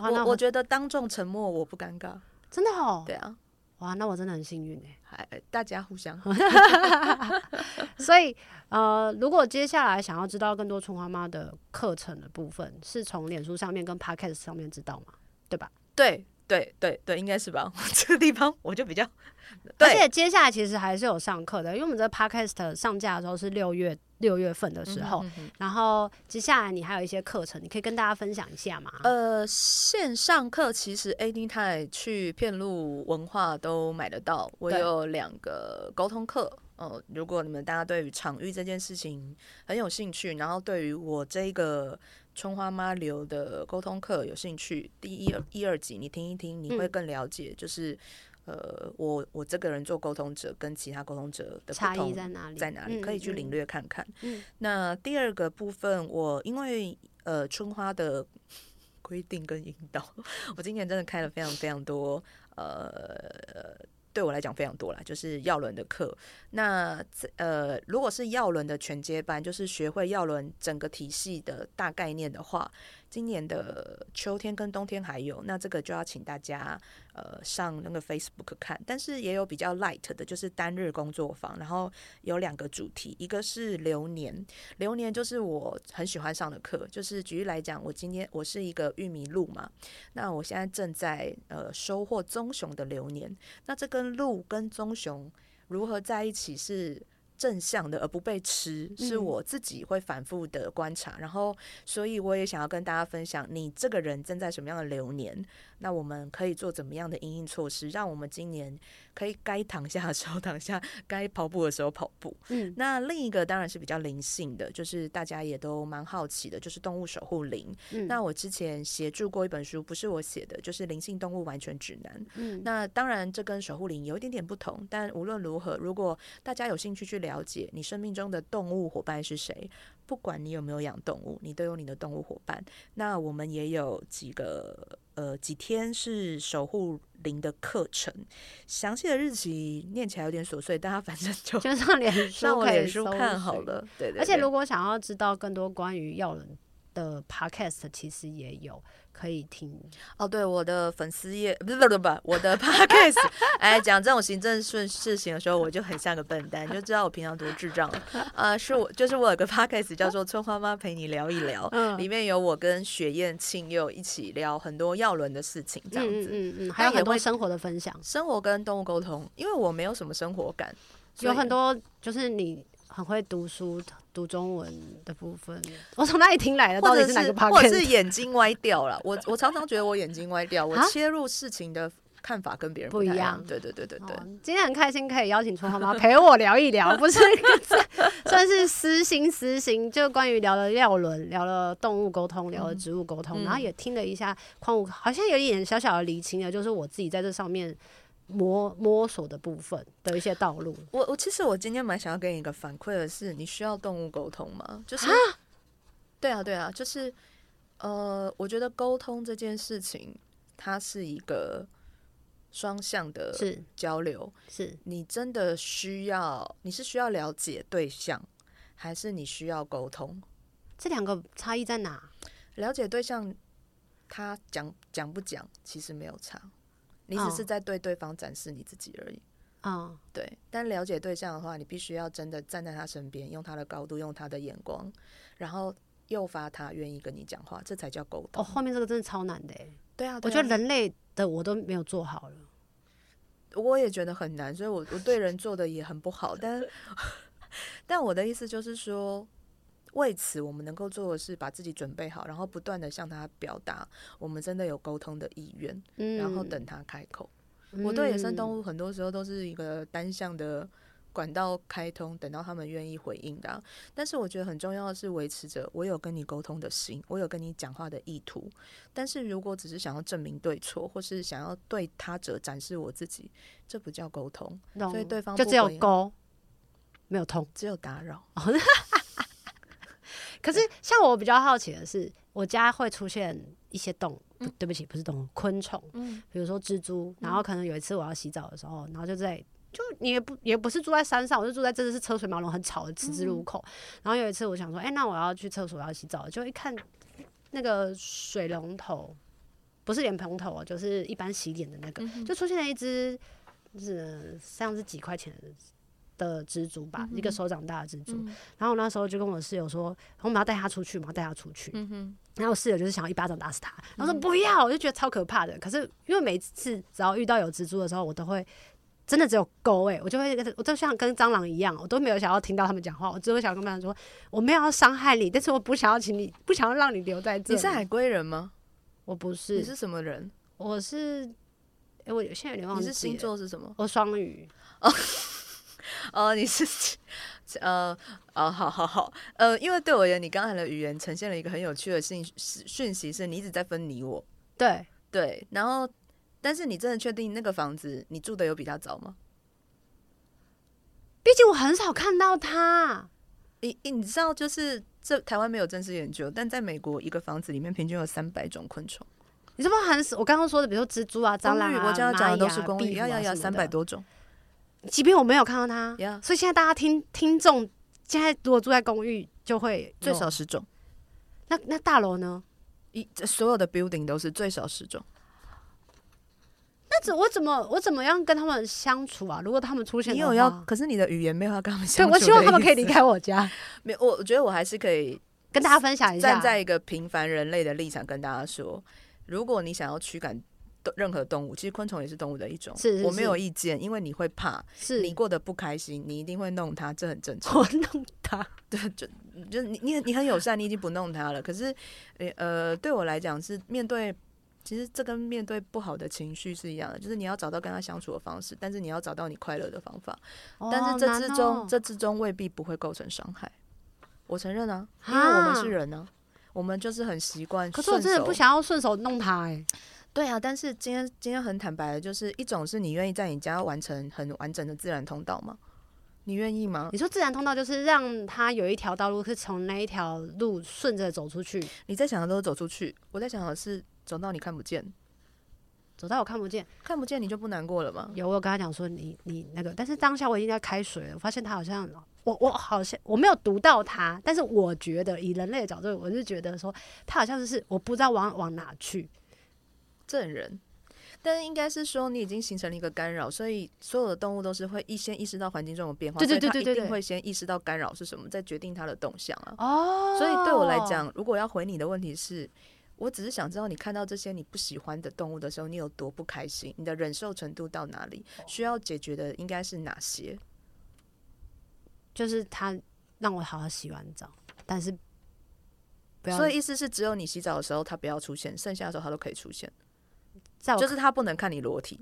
A: 哇，那
B: 我我觉得当众沉默我不尴尬。
A: 真的哦，
B: 对啊，
A: 哇，那我真的很幸运哎、
B: 还大家互相。
A: <laughs> 所以呃，如果接下来想要知道更多春花妈的课程的部分，是从脸书上面跟 podcast 上面知道吗？对吧？
B: 对对对对，应该是吧？ <laughs> 这个地方我就比较
A: 而
B: 对
A: 且接下来其实还是有上课的，因为我们这个 podcast 上架的时候是六月六月份的
B: 嗯
A: 时候，然后接下来你还有一些课程，你可以跟大家分享一下吗？
B: 呃，线上课其实 Anytime 去片路文化都买得到。我
A: 对
B: 有两个沟通课，呃，如果你们大家对于场域这件事情很有兴趣，然后对于我这个春花妈流的沟通课有兴趣，第一二一二集你听一听，你会
A: 嗯
B: 更了解，就是呃，我我这个人做沟通者跟其他沟通者的
A: 差
B: 不
A: 异
B: 同
A: 在哪里？
B: 在哪里，
A: 嗯
B: 可以去领。
A: 嗯
B: 略看看。
A: 嗯
B: 那第二个部分，我因为呃春花的规定跟引导， <laughs> 我今年真的开了非常非常多呃。对我来讲非常多啦，就是耀伦的课。那这呃，如果是耀伦的全接班，就是学会耀伦整个体系的大概念的话，今年的秋天跟冬天还有，那这个就要请大家呃上那个 Facebook 看，但是也有比较 light 的，就是单日工作坊，然后有两个主题，一个是流年，流年就是我很喜欢上的课，就是举例来讲，我今天我是一个玉米鹿嘛，那我现在正在呃收获棕熊的流年，那这跟鹿跟棕熊如何在一起是。正向的，而不被吃，是
A: 嗯
B: 我自己会反复的观察，然后，所以我也想要跟大家分享，你这个人正在什么样的流年，那我们可以做怎么样的因应措施，让我们今年可以该躺下的时候躺下， <laughs> 该跑步的时候跑步。
A: 嗯，
B: 那另一个当然是比较灵性的，就是大家也都蛮好奇的，就是动物守护灵。
A: 嗯
B: 那我之前协助过一本书，不是我写的，就是《灵性动物完全指南》。
A: 嗯
B: 那当然，这跟守护灵有一点点不同，但无论如何，如果大家有兴趣去了解你生命中的动物伙伴是谁，不管你有没有养动物，你都有你的动物伙伴。那我们也有几个呃几天是守护灵的课程，详细的日期念起来有点琐碎，大家反正就
A: 就上脸书
B: 上我
A: 可以
B: 脸书
A: 搜
B: 看好
A: 寻。
B: 了。对对
A: 而且
B: 对
A: 如果想要知道更多关于药人的 podcast，其实也有可以听。
B: 哦，对，我的粉丝页不是不是不是，我
A: <laughs>
B: 的 podcast，哎，讲这种行政顺事情的时候，我就很像个笨蛋，就知道我平常多智障
A: <laughs>
B: 了。呃，是我就是我有个 podcast 叫做《春花妈陪你聊一聊》，
A: 嗯
B: 里面有我跟雪燕庆佑一起聊很多耀伦的事情，这样子。
A: 嗯嗯嗯，还有
B: 但也
A: 很多
B: 会
A: 生活的分享，
B: 生活跟动物沟通，因为我没有什么生活感，所
A: 有
B: 以
A: 很多就是你很会读书、读中文的部分。 <laughs> 我从哪里听来的？到
B: 或
A: 底
B: 者
A: 哪个
B: 或者是
A: podcast？
B: 眼睛歪掉了。我我常常觉得我眼睛歪掉，我
A: 啊
B: 切入事情的看法跟别人
A: 不一
B: 太
A: 样
B: 对对对对对
A: 哦，今天很开心可以邀请春花妈陪我聊一 <laughs> 聊，不是算是私心私心，就关于聊了药轮，聊了动物沟通，聊了植物沟通，
B: 嗯
A: 然后也听了一下矿物，好像有一点小小的厘清了，就是我自己在这上面摸摸索的部分的一些道路。
B: 我我其实我今天蛮想要给你一个反馈的是，你需要动物沟通吗？就是，
A: 啊
B: 对啊对啊，就是，呃，我觉得沟通这件事情，它是一个双向的
A: 是
B: 交流。
A: 是，
B: 你真的需要，你是需要了解对象，还是你需要沟通？
A: 这两个差异在哪？
B: 了解对象，他讲讲不讲，其实没有差，你只
A: 哦
B: 是在对对方展示你自己而已。
A: 嗯，
B: 对，但了解对象的话，你必须要真的站在他身边，用他的高度，用他的眼光，然后诱发他愿意跟你讲话，这才叫沟
A: 哦，
B: 通。
A: 后面这个真的超难的欸、
B: 对啊，
A: 我
B: 对
A: 觉得
B: 啊
A: 人类的我都没有做好了。
B: 我也觉得很难，所以我我对人做的也很不好。但 <laughs> 但我的意思就是说，为此我们能够做的是把自己准备好，然后不断的向他表达我们真的有沟通的意愿，
A: 嗯，
B: 然后等他开口。我对野生动
A: 物，
B: 物很多时候都是一个单向的管道开通，等到他们愿意回应的啊、但是我觉得很重要的是维持着我有跟你沟通的心，我有跟你讲话的意图。但是如果只是想要证明对错，或是想要对他者展示我自己，这不叫沟通，
A: 懂
B: 所以对方
A: 就
B: 不
A: 只有
B: 回应
A: 哦勾，没有通。
B: 只有打扰。
A: 可是像我比较好奇的是，我家会出现一些动物，
B: 嗯
A: 不对不起，不是动物，昆虫，
C: 嗯
A: 比如说蜘蛛。然后可能有一次我要洗澡的时候，然后就在。就你也不也不是住在山上，我就住在真的是车水马龙很吵的十字
B: 嗯
A: 路口。然后有一次我想说，哎、那我要去厕所要洗澡，就一看那个水龙头，不是莲蓬头哦，就是一般洗脸的
B: 嗯
A: 那个，就出现了一只，就是像是几块钱的蜘蛛
B: 嗯
A: 吧，一个手掌大的蜘蛛。然后我那时候就跟我室友说，我们要带它出去，我们要带它出
B: 嗯
A: 去。然后我室友就是想要一巴掌打死它，然后说不要，我就觉得超可怕的。可是因为每次只要遇到有蜘蛛的时候，我都会。真的只有狗哎、我就会，我就像跟蟑螂一样，我都没有想要听到他们讲话，我只会想要跟他们说，我没有要伤害你，但是我不想要请你，不想要让你留在这
B: 你
A: 里。
B: 是海归人吗？
A: 我不是，
B: 你是什么人？
A: 我是，哎、我现在有点忘
B: 你
A: 记
B: 是星
A: 了，
B: 座是什么？
A: 我双鱼，
B: 呃，你是 <laughs> 呃呃，好好好，呃，因为对我而言，你刚才的语言呈现了一个很有趣的信讯息，是你一直在分你我。
A: 对，
B: 对，然后但是你真的确定那个房子你住的有比他早吗？
A: 毕竟我很少看到他，
B: 你你知道，就是这台湾没有正式研究，但在美国一个房子里面平均有三百种昆虫，
A: 你是不是很少？我刚刚说的，比如说蜘蛛啊、蟑螂
B: 公
A: 啊
B: 寓，我家讲
A: 蚂
B: 的
A: 蚁
B: 都是
A: 啊
B: 公
A: 壁
B: 寓，
A: 虎
B: 要要
A: 啊
B: 要
A: 什么
B: 三
A: 的
B: 百，多种。
A: 即便我没有看到他
B: Yeah
A: 所以现在大家听听众，现在如果住在公寓就会
B: 最
A: 有
B: 少。十种，
A: 那那大楼呢？
B: 一这所有的 building 都是最少十种。
A: 那怎我怎么我怎么样跟他们相处啊？如果他们出现
B: 你
A: 的
B: 有要，
A: 话
B: 可是你的语言没有要跟他们
A: 对
B: 相处。
A: 我希望他们可以离。开我家，
B: <laughs> 没有，我我觉得我还是可以
A: 跟大家分享一下。
B: 站在一个平凡人类的立场跟大家说，如果你想要驱赶动任何动物，其实昆虫也是动物的一种，
A: 是是
B: 我没有
A: 是
B: 意见，因为你会怕，
A: 是
B: 你过得不开心，你一定会弄它，这很正常。
A: 我弄他，
B: 就是你你很你很友善，你已经不弄它了。可是，呃呃，对我来讲是面对，其实这跟面对不好的情绪是一样的，就是你要找到跟它相处的方式，但是你要找到你快乐的方法。但
A: 哦
B: 是这之
A: 难
B: 中，
A: 哦
B: 这之中未必不会构成伤害。我承认啊，因为我
A: 啊
B: 们是人啊，我们就是很习惯。
A: 可是我真的不。想要顺手弄他哎、
B: 对啊，但是今天今天很坦白的，就是一种是你愿意在你家完成很完整的自然通道吗？你愿意吗？
A: 你说自然通道就是让他有一条道路是从那一条路顺着走出去，
B: 你在想的都是走出去，我在想的是走到你看不见，
A: 走到我看不见。
B: 看不见你就不难过了吗？
A: 有我有跟他讲说你你那个，但是当下我已经在开水了，我发现他好像我我好像我没有读到他，但是我觉得以人类的角度，我是觉得说他好像就是我不知道往往哪去。
B: 证人，但应该是说你已经形成了一个干扰，所以所有的动物都是会一先意识到环境中的变化，
A: 对对
B: 所以
A: 对
B: 它
A: 对
B: 一
A: 对
B: 定
A: 对
B: 会先意识到干扰是什么，再决定它的动向啊。
A: 哦
B: 所以对我来，讲，如果要回你的问题是，我只是想知道你看到这些你不喜欢的动物的时候，你有多不开心，你的忍受程度到哪里，
A: 哦
B: 需要解决的应该是哪些？
A: 就是他让我好好洗完澡，但是不要
B: 所以意思是，只有你洗澡的时候它不要出现，剩下的时候它都可以出现，
A: 在我
B: 就是它不能看你裸体。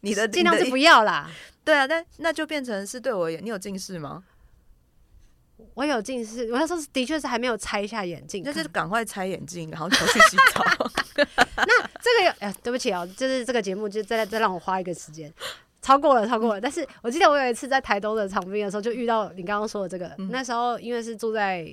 B: 你的
A: 尽量
B: 你的
A: 是不要啦。
B: 对啊，但那就变成是对我而言，你有近视吗？
A: 我有近视，我那时候是的确是还没有拆下眼镜
B: 那
A: 看，
B: 就是赶快拆眼镜，然后跑去洗澡。
A: <laughs> 这个有，哎、对不起哦，就是这个节目就再再让我花一个时间，超过了，超过了。但是我记得我有一次在台东的长滨的时候，就遇到你刚刚说的这个。那时候因为是住在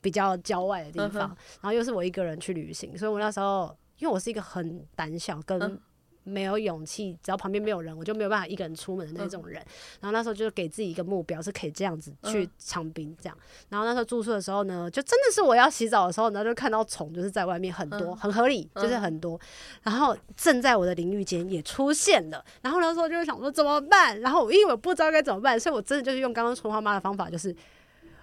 A: 比较郊外的地方，
B: 嗯哼
A: 然后又是我一个人去旅行，所以我那时候因为我是一个很胆小跟
B: 嗯
A: 没有勇气，只要旁边没有人，我就没有办法一个人出门的那种人。然后那时候就给自己一个目标，是可以这样子去
B: 嗯
A: 长滨这样。然后那时候住宿的时候呢，就真的是我要洗澡的时候，然后就看到虫就是在外面很多，
B: 嗯
A: 很合理，就是
B: 嗯
A: 很多。然后正在我的淋浴间也出现了，然后那时候就会想说怎么办？然后我因为我不知道该怎么办，所以我真的就是用刚刚春花妈的方法，就是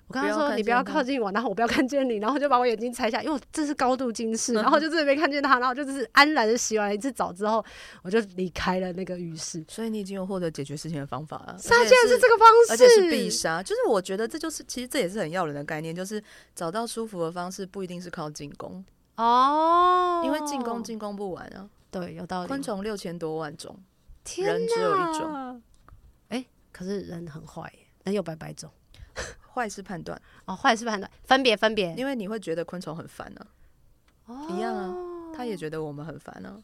A: 我刚刚
B: 不要
A: 说
B: 看
A: 你不要
B: 见他
A: 靠近我，然后我不要看见你，然后就把我眼睛拆下来，因为我这是高度近视，然后就真的没看见他，然后就只是安然的洗完一次澡之后，我就离开了那个浴室。
B: <laughs> 所以你已经有获得解决事情的方法了。
A: 他
B: 而
A: 竟
B: 且
A: 然是这个方式，
B: 而且是必杀，就是我觉得这就是其实这也是很要人的概念，就是找到舒服的方式，不一定是靠进攻，
A: 哦，
B: 因为进攻进攻不完啊。
A: 对有道理，
B: 昆虫六千多万种，
A: 天
B: 人只有一种，
A: 哪，哎、可是人很坏耶，人有百百种。
B: 坏是判断，
A: 哦，坏是判断，分别分别，
B: 因为你会觉得昆虫很烦啊，一样啊，他也觉得我们很烦啊。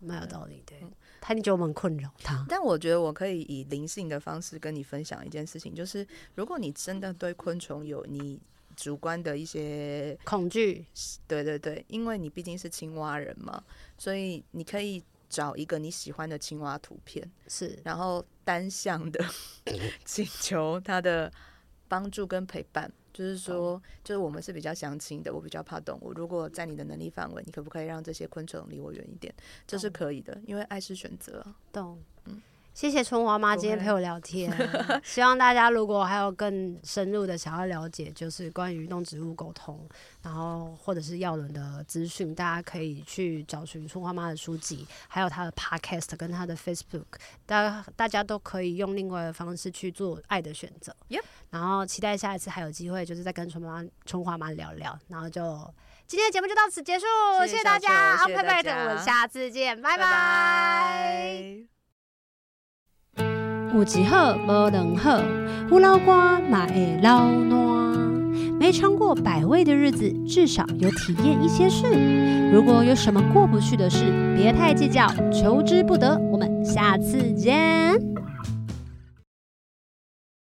A: 蛮有道理的。他一定觉得我们很困扰他，
B: 但我觉得我可以以灵性的方式跟你分享一件事情，就是如果你真的对昆虫有你主观的一些
A: 恐惧，
B: 对对对，因为你毕竟是青蛙人嘛，所以你可以找一个你喜欢的青蛙图片，
A: 是
B: 然后单向的请求他的帮助跟陪伴。就是说，就是我们是比较相亲的，我比较怕动物。如果在你的能力范围，你可不可以让这些昆虫离我远一点？这是
A: 懂
B: 可以的，因为爱是选择啊。
A: 懂。谢谢春华妈
B: 不
A: 今天
B: 会
A: 陪我聊天，
B: <laughs>
A: 希望大家如果还有更深入的想要了解，就是关于动植物沟通，然后或者是药轮的资讯，大家可以去找寻春花妈的书籍，还有她的 podcast 跟她的 Facebook，大大家都可以用另外的方式去做爱的选择。
B: Yep
A: 然后期待下一次还有机会，就是再跟春妈春花妈聊聊，然后就今天的节目就到此结束，
B: 谢谢
A: 谢大
B: 小球
A: 家，
B: 谢谢大家
A: 我们下次见，拜拜。
B: 拜拜
A: 有一好无两好，有老瓜嘛会老烂。没尝过百味的日子，至少有体验一些事。如果有什么过不去的事，别太计较，求之不得。我们下次见。